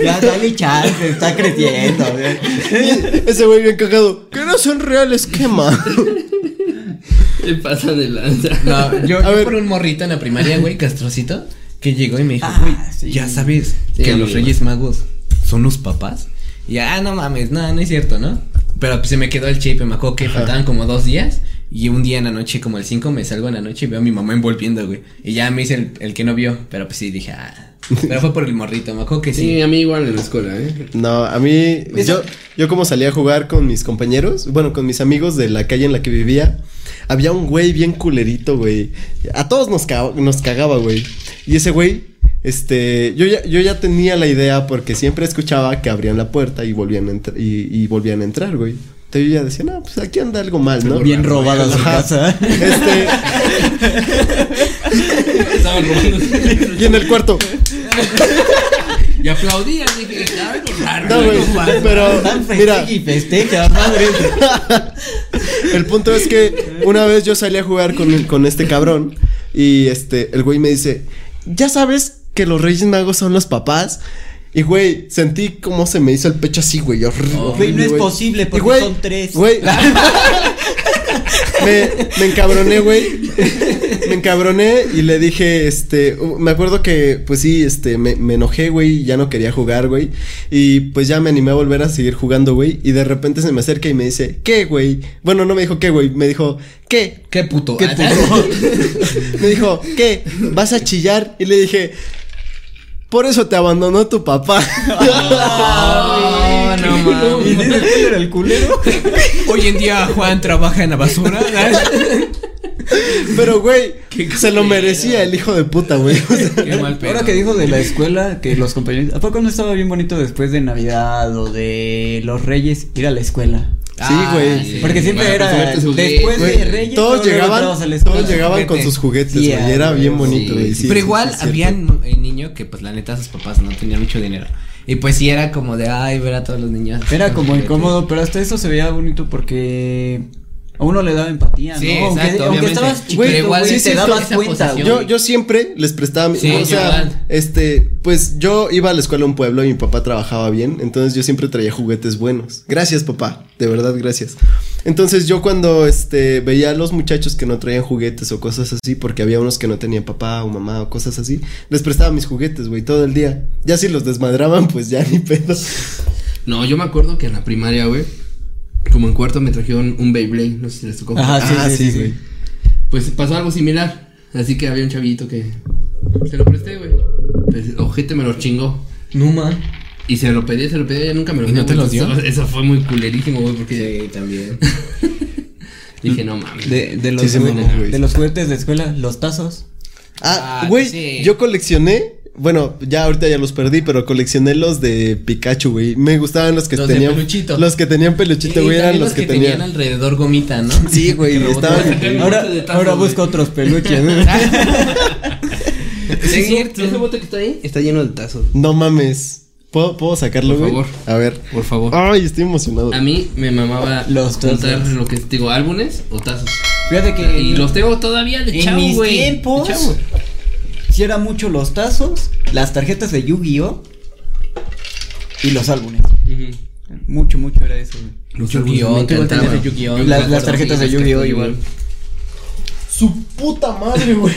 D: Ya, dale chance, [LAUGHS] está creciendo. güey".
A: Ese güey bien cagado. Que no son reales, quema.
E: Te pasa de lanza.
C: No, yo,
A: A
C: yo
A: ver.
C: por un morrito en la primaria, güey, castrocito, que llegó y me dijo,
D: Ah,
C: güey,
D: sí.
C: ya sabes
E: Sí,
C: que
E: lo
C: los
E: digo.
C: Reyes Magos son los papás. Y ya, ah, no mames, no, no es cierto, ¿no? Pero pues, se me quedó el chip, y me acuerdo que faltaban como dos días. Y un día en la noche, como el 5, me salgo en la noche y veo a mi mamá envolviendo, güey. Y ya me hice el, el que no vio, pero pues sí, dije, ah. Pero fue por el morrito, me acuerdo que sí. [LAUGHS]
E: [LAUGHS] Sí, a mí igual en la escuela, ¿eh?
A: No, a mí. Yo, yo como salía a jugar con mis compañeros, bueno, con mis amigos de la calle en la que vivía, había un güey bien culerito, güey. A todos nos, ca- nos cagaba, güey. Y ese güey, este. Yo ya, yo ya tenía la idea porque siempre escuchaba que abrían la puerta y volvían a, entr- y, y volvían a entrar, güey. Entonces yo ya decía, no, pues aquí anda algo mal, ¿no?
D: Bien robada su
A: Ajá.
D: casa.
A: Este.
E: Estaban robando.
C: [LAUGHS]
A: Y en el cuarto.
E: Y aplaudían, dije, "Ah, algo raro.
A: No, güey. Pero.
D: Tan festeja
A: Mira.
D: y festeja, madre.
A: [LAUGHS] El punto es que una vez yo salí a jugar con, con este cabrón y este, el güey me dice, ya sabes que los Reyes Magos son los papás. Y güey, sentí cómo se me hizo el pecho así, güey. horri-
D: Güey,
A: horrible,
D: no es posible,
A: Y,
D: porque
A: güey,
D: son tres. [LAUGHS]
A: Güey. Me, me encabroné, güey. Me encabroné y le dije, este, uh, me acuerdo que, pues sí, este, me, me enojé, güey, y ya no quería jugar, güey. Y pues ya me animé a volver a seguir jugando, güey. Y de repente se me acerca y me dice, ¿qué, güey? Bueno, no me dijo qué, güey, me dijo, ¿qué?
C: Qué puto. [LAUGHS]
A: ¿Qué
C: Ah,
A: puto? me dijo, ¿qué? ¿Vas a chillar? Y le dije, por eso te abandonó tu papá.
C: Ah, no
D: ¿Y
C: mames.
D: dices, ¿cuál era el culero?
C: Hoy en día Juan trabaja en la
E: [LAUGHS]
C: basura.
A: [LAUGHS] Pero, güey, se lo merecía el hijo de puta, güey. O sea,
C: Qué mal pedo.
D: Ahora que dijo de la escuela, que los compañeros. ¿A poco no estaba bien bonito después de Navidad o de los Reyes ir a la escuela?
C: Ah,
A: Sí, güey.
D: Porque siempre
E: Bueno, pues, subirte
D: era
E: sus
D: después
A: Güey,
D: de Reyes.
A: todos
D: luego, luego
A: llegaban,
D: entrabas a la escuela.
A: todos llegaban con
C: Juguete.
A: sus juguetes,
D: Sí,
A: güey.
D: ah,
A: Era
D: güey,
A: bien bonito,
E: sí.
A: güey. sí,
C: pero
A: sí,
C: igual
A: sí, es
C: había
A: cierto.
C: niños que pues la neta sus papás no tenían mucho dinero. Y pues sí era como de ay ver a todos los niños.
D: Era como incómodo, pero hasta eso se veía bonito porque A uno le daba empatía,
E: Sí,
D: ¿no? Aunque-
E: exacto,
D: aunque,
E: obviamente.
D: estabas chiquito,
A: Güey,
D: güey,
A: pero güey, sí
D: te
A: es cierto,
D: dabas
A: esa
D: cuenta,
C: posición.
D: güey.
C: Yo-
A: Yo, yo siempre les prestaba mi.
C: Sí,
A: o sea,
C: igual.
A: este, pues yo iba a la escuela a un pueblo y mi papá trabajaba bien, entonces yo siempre traía juguetes buenos. Gracias, papá, de verdad, gracias. Entonces yo cuando este veía a los muchachos que no traían juguetes o cosas así, porque había unos que no tenían papá o mamá o cosas así, les prestaba mis juguetes, güey, todo el día. Ya si los desmadraban, pues ya ni pedo.
E: No, yo me acuerdo que en la primaria, güey, como en cuarto me trajeron un Beyblade, no sé si les tocó.
D: Ajá, sí,
A: Ah,
D: sí,
A: sí,
D: sí,
A: güey.
D: sí.
E: Pues pasó algo similar, así que había un chavito que se lo presté, güey. Pues, ojete me lo chingó.
C: No, man.
E: Y se lo pedí, se lo pedí, ya nunca me lo
C: ¿Y no
E: dio,
C: te
E: güey.
C: los dio?
E: Eso, eso fue muy culerísimo, güey, porque
C: Sí, también.
E: [LAUGHS] dije, no mames.
D: De, de los,
A: Sí, se mamó, güey.
D: de los juguetes de escuela, los tazos.
A: Ah,
C: Ah,
A: güey,
C: sí.
A: yo coleccioné. Bueno, ya ahorita ya los perdí, pero coleccioné los de Pikachu, güey. Me gustaban los que
C: Los de
A: tenían.
C: peluchito.
A: Los que tenían peluchito,
C: Sí,
A: güey, eran
C: también
A: los, que, tenían.
C: alrededor gomita, ¿no?
A: [LAUGHS] Sí, güey,
C: Que robotó
A: estaban-
C: la sacada.
D: Ahora,
E: bote de tazos,
D: ahora
E: güey.
D: busco otros peluches. güey.
E: Ese-
C: Es cierto.
E: Ese bote que está ahí está lleno de tazos,
A: No mames. ¿Puedo, puedo sacarlo,
E: Por
A: güey?
E: favor.
A: A ver.
E: por favor.
A: Ay, estoy emocionado.
E: A mí me mamaba
D: Los
E: juntar
D: tazos.
E: lo que digo, álbumes o tazos.
D: Fíjate que
E: Y los tengo todavía de
D: en
E: chavo,
D: mis
E: güey. De
D: tiempos,
E: chavo.
D: si era mucho los tazos, las tarjetas de Yu-Gi-Oh y los álbumes.
E: Ujú.
D: Mucho, mucho era eso, güey.
E: Los
C: Yu-Gi-Oh,
E: álbumes me
C: tú igual tenías
E: encantaban.
C: de Yu-Gi-Oh.
E: Yo me
D: Las-
E: acuerdo,
D: las tarjetas
E: sí,
D: de
E: las
D: Yu-Gi-Oh
E: cartas
D: igual.
A: Su puta madre, güey.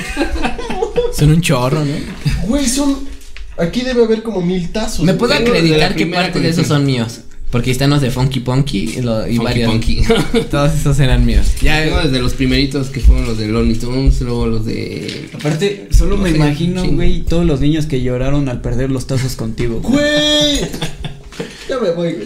C: Son un chorro, ¿no?
E: Pues,
A: Güey, son. Aquí debe haber como mil tazos.
C: ¿Me puedo
E: Tengo de la
C: acreditar que
E: primera
C: parte de
E: colección.
C: esos son míos? Porque están los de Funky Punky y, lo- y
E: Funky
C: varios. [LAUGHS]
E: Punky. [LAUGHS]
D: [LAUGHS]
C: Todos esos eran míos.
E: Ya, tengo desde los primeritos que fueron los de Lonely Tunes, luego los de.
D: Aparte, solo
E: No
D: me
E: sé,
D: imagino,
E: chingo.
D: güey, todos los niños que lloraron al perder los tazos contigo. güey.
A: Güey. Ya me voy, güey.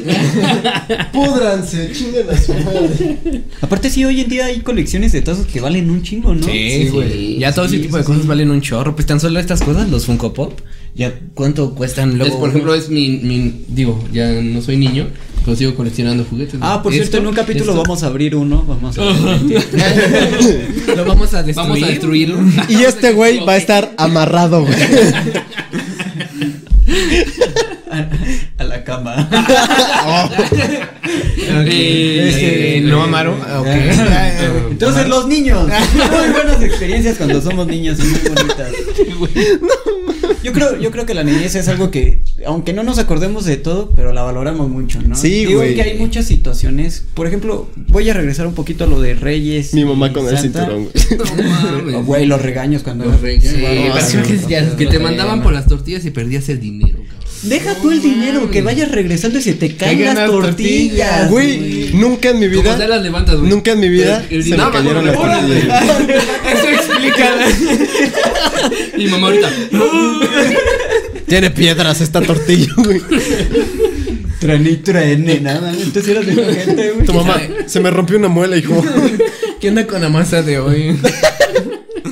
A: Pudranse, chinguen a su madre.
D: Aparte, sí, hoy en día hay colecciones de tazos que valen un chingo, ¿no?
C: Sí, güey. ya todo ese tipo de cosas valen un chorro. Pues tan solo estas cosas, los Funko Pop, ya cuánto cuestan luego.
E: Es, por ejemplo,
C: unos?
E: es mi, mi- Digo, ya no soy niño, pero sigo coleccionando juguetes.
D: Ah, por cierto, en un capítulo vamos a abrir uno. Vamos a
C: [LAUGHS] lo vamos a destruir.
E: Vamos
C: [LAUGHS]
E: a destruirlo.
A: Y este güey va a estar amarrado, güey.
D: a la cama. [LAUGHS]
C: Ok,
E: Este,
C: eh, no, Amaro. ah, ok.
E: [LAUGHS]
D: [COUGHS] Entonces, los niños. [LAUGHS] Muy buenas experiencias cuando somos niños, son muy [LAUGHS] bonitas. Yo creo, yo creo que la niñez es algo que, aunque no nos acordemos de todo, pero la valoramos mucho, ¿no?
A: Sí,
D: Digo
A: güey.
D: que hay muchas situaciones. Por ejemplo, voy a regresar un poquito a lo de
A: [LAUGHS]
D: Reyes.
A: Mi
D: y
A: mamá con el
D: Santa.
A: cinturón, güey.
D: Oh, güey, los regaños cuando
E: Los reyes.
D: Sí,
E: Sí,
D: no,
E: pero
D: sí,
E: creo que,
D: no.
E: ya-
C: no,
E: que te
C: no,
E: mandaban
C: no.
E: por las tortillas y perdías el dinero, cabrón.
D: Deja tú el dinero, que vayas regresando y se te
C: Caigan
D: caigan las
C: las
D: tortillas.
A: Güey, nunca en mi
E: Como sea,
A: vida.
E: las levantas, güey.
A: Nunca en mi vida
E: Pero el
A: se me
E: dinero-
A: cayeron las
E: ¡Órale!
D: [LAUGHS]
A: tortillas.
C: Eso explica.
E: Y mamá ahorita.
A: Tiene piedras esta tortilla, güey.
D: Trani, trene, nada. Entonces eras de gente,
A: [LAUGHS]
D: güey.
A: Tu mamá, se me rompió una muela,
E: [LAUGHS]
A: hijo.
C: ¿Qué onda con la masa de hoy?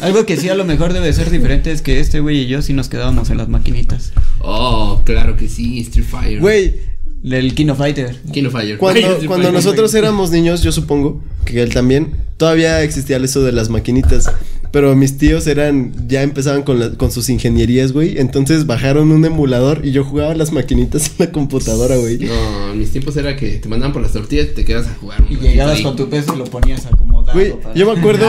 D: Algo que sí a lo mejor debe ser diferente es que este güey y yo sí nos quedábamos en las maquinitas.
E: Oh, claro que sí, Street Fighter.
A: Güey,
D: Del Kino Fighter.
E: King of Fire.
A: cuando,
E: Street
A: cuando
E: Fighter.
A: nosotros éramos niños, yo supongo que él también, todavía existía eso de las maquinitas. Pero mis tíos eran, ya empezaban con, la- con sus ingenierías, güey. Entonces bajaron un emulador y yo jugaba las maquinitas en la computadora, güey.
E: No, en mis tiempos era que te mandaban por las tortillas y te quedas a jugar. un
D: Y
E: ratito
D: llegabas
E: ahí.
D: con tu peso y lo ponías acomodado.
A: Güey,
D: para-
A: yo me
D: [LAUGHS]
A: acuerdo,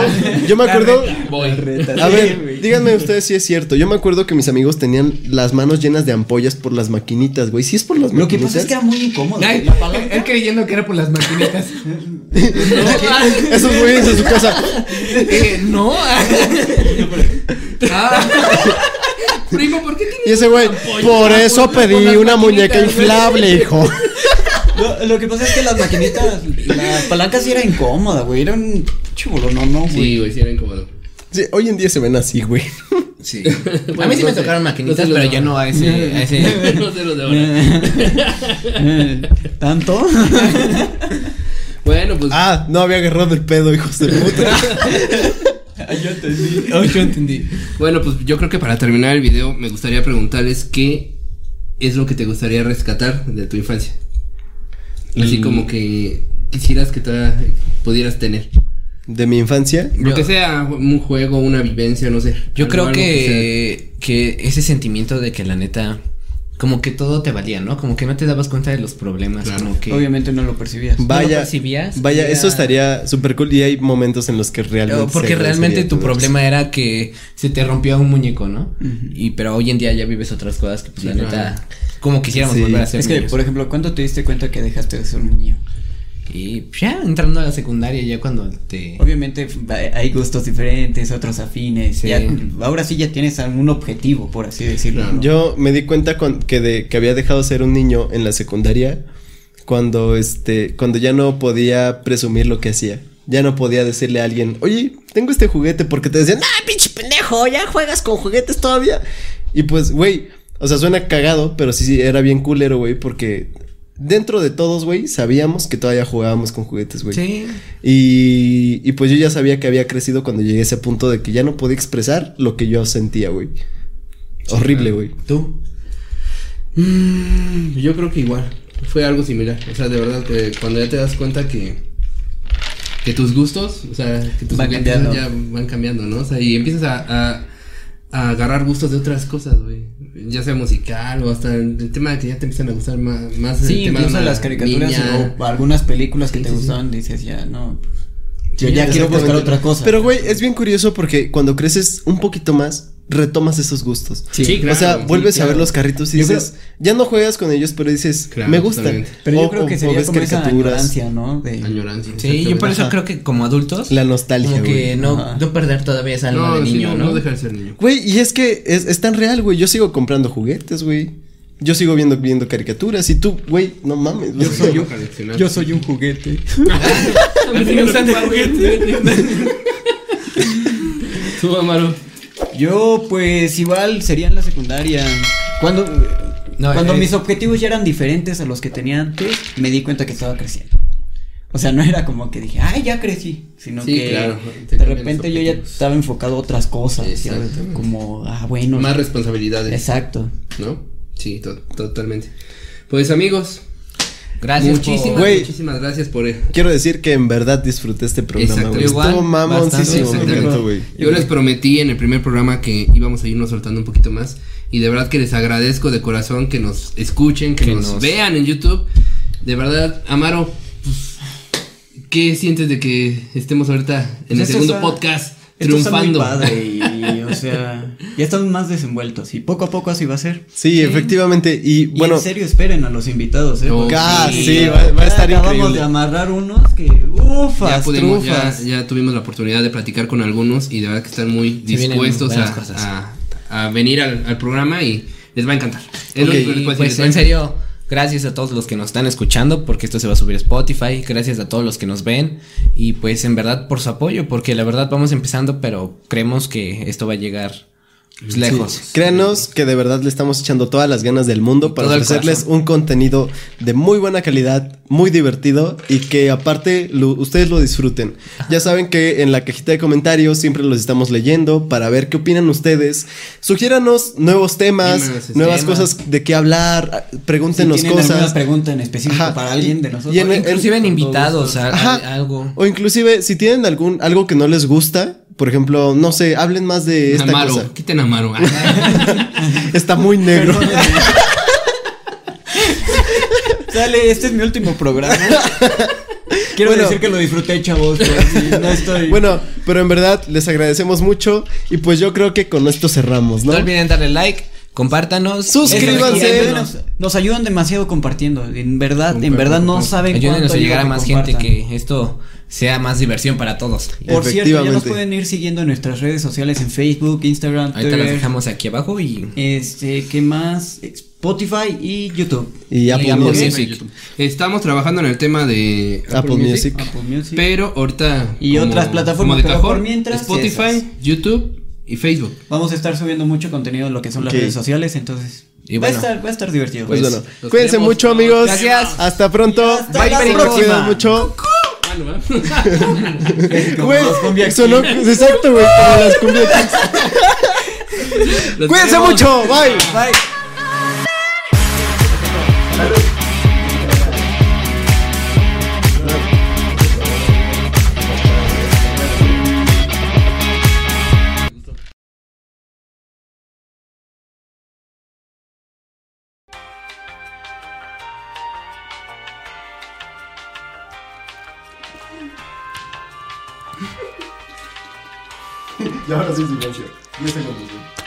A: yo me acuerdo.
E: Voy.
A: A
D: Sí,
A: ver,
D: güey.
A: díganme ustedes si es cierto. Yo me acuerdo que mis amigos tenían las manos llenas de ampollas por las maquinitas, güey. Si es por las
D: Lo que
A: maquinitas.
D: pasa es que era muy incómodo.
C: [LAUGHS] Ay,
D: güey. La palanca.
C: él creyendo que era por las
E: [LAUGHS]
C: maquinitas.
A: [LAUGHS] Eso es güeyes en su casa.
C: Eh, no.
E: [LAUGHS]
C: Ah,
E: Primo, ¿por qué
A: Y ese güey, por eso pedí una muñeca inflable, [LAUGHS] hijo.
D: Lo, lo que pasa es que las maquinitas, la palanca sí era incómoda, güey. Era un chulo, no, no, güey.
E: Sí, güey, sí era incómodo.
A: Sí, hoy en día se ven así, güey.
C: sí. a
E: [LAUGHS] Bueno,
C: mí sí me
E: entonces,
C: tocaron maquinitas,
E: entonces lo
C: pero
E: de
C: ya
E: ahora.
C: no a ese. A ese.
E: [LAUGHS] no sé los de
C: [LAUGHS]
E: ahora.
D: [LAUGHS] ¿Tanto?
E: Bueno, pues.
A: Ah, no había agarrado el pedo, hijos de puta.
D: yo entendí.
C: Oh, yo entendí.
E: Bueno, pues yo creo que para terminar el video me gustaría preguntarles qué es lo que te gustaría rescatar de tu infancia.
C: Mm.
E: Así como que quisieras que te pudieras tener.
A: De mi infancia.
E: Lo
C: Yo-
E: que sea, un juego, una vivencia, no sé.
C: Yo
E: Algo-
C: creo
E: algo
C: que, que ese sentimiento de que la neta como que todo te valía, ¿no? Como que no te dabas cuenta de los problemas,
E: Claro.
C: como que
D: Obviamente no lo percibías.
C: no lo
A: Vaya,
C: percibías.
A: vaya,
C: era-
A: eso estaría súper cool y hay momentos en los que realmente...
C: Eh, Porque
A: se
C: realmente
A: agradecería
C: tu
A: todo eso.
C: problema era que se te rompía un muñeco, ¿no? Y pero hoy en día ya vives otras cosas que pues la
E: claro.
C: neta como quisiéramos
A: Sí.
C: volver a ser
D: Es que,
C: niños.
D: por ejemplo, ¿cuándo te diste cuenta que dejaste de ser un niño?
C: Y pues, ya entrando a la secundaria ya cuando te
D: Obviamente va- hay gustos diferentes, otros afines.
C: Sí.
D: ya- ahora sí ya tienes algún objetivo, por así decirlo.
E: Claro.
D: ¿no?
A: Yo me di cuenta con- que, de, que había dejado de ser un niño en la secundaria cuando, este, cuando ya no podía presumir lo que hacía. Ya no podía decirle a alguien, oye, tengo este juguete porque te decían, ah, pinche pendejo, ya juegas con juguetes todavía. Y pues, güey, o sea, suena cagado, pero sí, sí, era bien culero, güey, porque dentro de todos, güey, sabíamos que todavía jugábamos con juguetes, güey.
C: Sí.
A: Y, y pues yo ya sabía que había crecido cuando llegué a ese punto de que ya no podía expresar lo que yo sentía, güey. Horrible, güey.
C: tú
E: Mm, yo creo que igual. Fue algo similar. O sea, de verdad, que cuando ya te das cuenta que. Que tus gustos, o sea, que tus
D: Van
E: juguetes
D: cambiando.
E: ya van cambiando, ¿no? O sea, y empiezas a, a- a agarrar gustos de otras cosas, güey. Ya sea musical o hasta el, el tema de que ya te empiezan a gustar ma- más. pues, el
D: Sí,
E: tema
D: incluso
E: de
D: las caricaturas
E: niña.
D: o algunas películas que
E: Sí,
D: te
E: sí, sí.
D: gustaban, dices ya, no.
E: Sí,
D: Yo ya quiero
E: exactamente.
D: buscar otra cosa.
A: Pero, güey, es bien curioso porque cuando creces un poquito más, retomas esos gustos.
E: Sí, Sí, claro,
A: O sea,
E: sí,
A: vuelves a
E: claro.
A: ver los carritos y
D: Yo
A: dices, ya no juegas con ellos, pero dices,
E: Claro,
A: me gustan.
E: totalmente.
D: Pero
A: O-
D: yo creo
A: o-
D: que
A: o
D: sería
A: ves
D: como esa ignorancia, ¿no? De-
E: Añoranza.
C: Sí, yo por eso
A: Ajá.
C: creo que como adultos
A: La nostalgia,
C: como que
A: güey.
C: no,
D: Ajá.
C: no perder todavía esa alma
E: No,
C: de
E: sí,
C: niño,
E: no,
C: ¿no?
E: no dejar de
A: [LAUGHS]
E: ser niño.
A: Güey, y es que es, es tan real, güey. Yo sigo comprando juguetes, güey. Yo sigo viendo, viendo caricaturas y tú, güey, no mames. güey.
E: un coleccionar.
D: soy un juguete.
E: [LAUGHS] Tú, Amaro.
D: Yo, pues, igual sería en la secundaria. Cuando,
C: No,
D: cuando
C: eh,
D: mis objetivos ya eran diferentes a los que tenía antes, me di cuenta que estaba creciendo. O sea, no era como que dije, ay, ya crecí, sino
E: Sí,
D: que
E: claro, te
D: de
E: cambian los
D: repente yo ya
E: objetivos.
D: estaba enfocado a otras cosas, ¿sabes?
E: Exactamente.
D: como, ah, bueno,
E: Más responsabilidades.
D: exacto.
E: ¿No? Sí, to- totalmente. Pues amigos,
C: Gracias
E: muchísimas,
C: por-
A: Güey.
E: muchísimas gracias por...
A: Quiero decir que en verdad disfruté este programa,
E: Exacto.
A: güey.
C: Igual,
A: Estuvo mamoncísimo,
C: bastante,
A: me encantó,
E: Exactamente.
A: güey.
E: Yo les prometí en el primer programa que íbamos a irnos soltando un poquito más y de verdad que les agradezco de corazón que nos escuchen, que,
C: Que
E: nos,
C: nos-
E: vean en YouTube. De verdad, Amaro, pues, ¿qué sientes de que estemos ahorita en
D: Pues
E: el
D: esto
E: segundo
D: está-
E: podcast
D: Esto está muy
E: triunfando?
D: padre
E: [LAUGHS]
D: y, o sea, ya estamos más desenvueltos y poco a poco así va a ser.
A: Sí, efectivamente. Y
D: Y
A: bueno,
D: en serio, esperen a los invitados, ¿eh?
E: Oh,
D: Porque
A: ah,
E: sí,
A: sí, va, va a
D: ya
A: estar
D: acabamos
A: increíble.
D: de amarrar unos que, ufas,
E: ya pudimos, ya,
D: trufas.
E: ya tuvimos la oportunidad de platicar con algunos y de verdad que están muy
C: Se vienen
E: dispuestos
C: buenas
E: a,
C: cosas.
E: a- a venir al, al programa y les va a encantar. Es lo
C: Ok,
E: único que les puedo decir,
C: pues
E: les va a
C: en
E: encantar.
C: serio, gracias a todos los que nos están escuchando, porque esto se va a subir a Spotify, gracias a todos los que nos ven y pues en verdad por su apoyo, porque la verdad vamos empezando, pero creemos que esto va a llegar pues, lejos.
A: Sí, Créanos que de verdad le estamos echando todas las ganas del mundo para
C: Todo el
A: ofrecerles
C: corazón.
A: un contenido de muy buena calidad, muy divertido y que aparte lo- ustedes lo disfruten. Ya saben que en la cajita de comentarios siempre los estamos leyendo para ver qué opinan ustedes. Sugiéranos nuevos temas,
E: Temas,
A: nuevas
C: temas.
A: cosas de qué hablar, ah,
D: Si
A: pregúntenos
D: tienen alguna
A: cosas.
D: pregunta en específico
A: Ajá.
D: para alguien de
A: Y-
D: nosotros.
A: y en-
C: O Inclusive en
D: Con todo
C: invitados,
D: gusto.
C: a- a-
A: Ajá.
C: algo.
A: O inclusive si tienen algún algo que no les gusta, por ejemplo, no sé, hablen más de esta
E: Amaro,
A: cosa.
E: quiten a Amaro.
C: [LAUGHS]
A: Está muy negro.
D: [LAUGHS] Sale, este es mi último
A: [LAUGHS]
D: programa. Quiero
A: Bueno.
D: decir que lo disfruté, chavos. pero sí, no estoy.
A: Bueno, pero en verdad les agradecemos mucho y pues yo creo que con esto cerramos,
C: ¿no?
A: ¿no?
C: olviden darle like, compártanos.
D: Eso,
A: suscríbanse.
D: y ayúdenos. nos ayudan demasiado compartiendo. En verdad, en
E: Compartan,
D: verdad no
E: compartan.
C: Eh,
D: saben
C: Ayúdenos
D: cuánto
C: a llegar a
D: ayuda
C: más gente
D: compartan.
C: que esto sea más diversión para todos.
D: Por cierto, ya nos
A: Efectivamente.
D: pueden ir siguiendo en nuestras redes sociales en Facebook, Instagram,
C: Ahorita las
D: Twitter,
C: dejamos aquí abajo y
D: este, ¿qué más? Spotify y YouTube.
A: Y Apple,
C: Y Apple
A: Music.
C: Music.
E: Estamos trabajando en el tema de
C: Ah,
A: Apple Music.
D: Apple Ah, pues, Music.
E: Pero ahorita.
D: Y otras plataformas,
E: Como de
D: pero
E: cajón,
D: por mientras,
E: Spotify,
D: esas.
E: YouTube y Facebook.
D: Vamos a estar subiendo mucho contenido en lo que son
A: Ok.
D: las redes sociales, entonces
C: Y
D: va,
C: bueno.
D: a estar, va a estar divertido.
A: Pues bueno,
E: los
A: cuídense
E: queremos.
A: mucho amigos.
C: Gracias.
A: Hasta pronto.
D: Hasta
C: la
A: Se
C: próxima.
A: cuidan mucho.
E: Ah, no,
A: [LAUGHS]
D: Como
A: Güey,
D: las cumbia aquí.
A: sonó exacto, güey, como las cumbia Kings.
E: Los
A: Cuídense
E: queremos.
A: mucho. Bye.
D: Bye.
A: Y ahora sí silencio. 10 segundos, güey.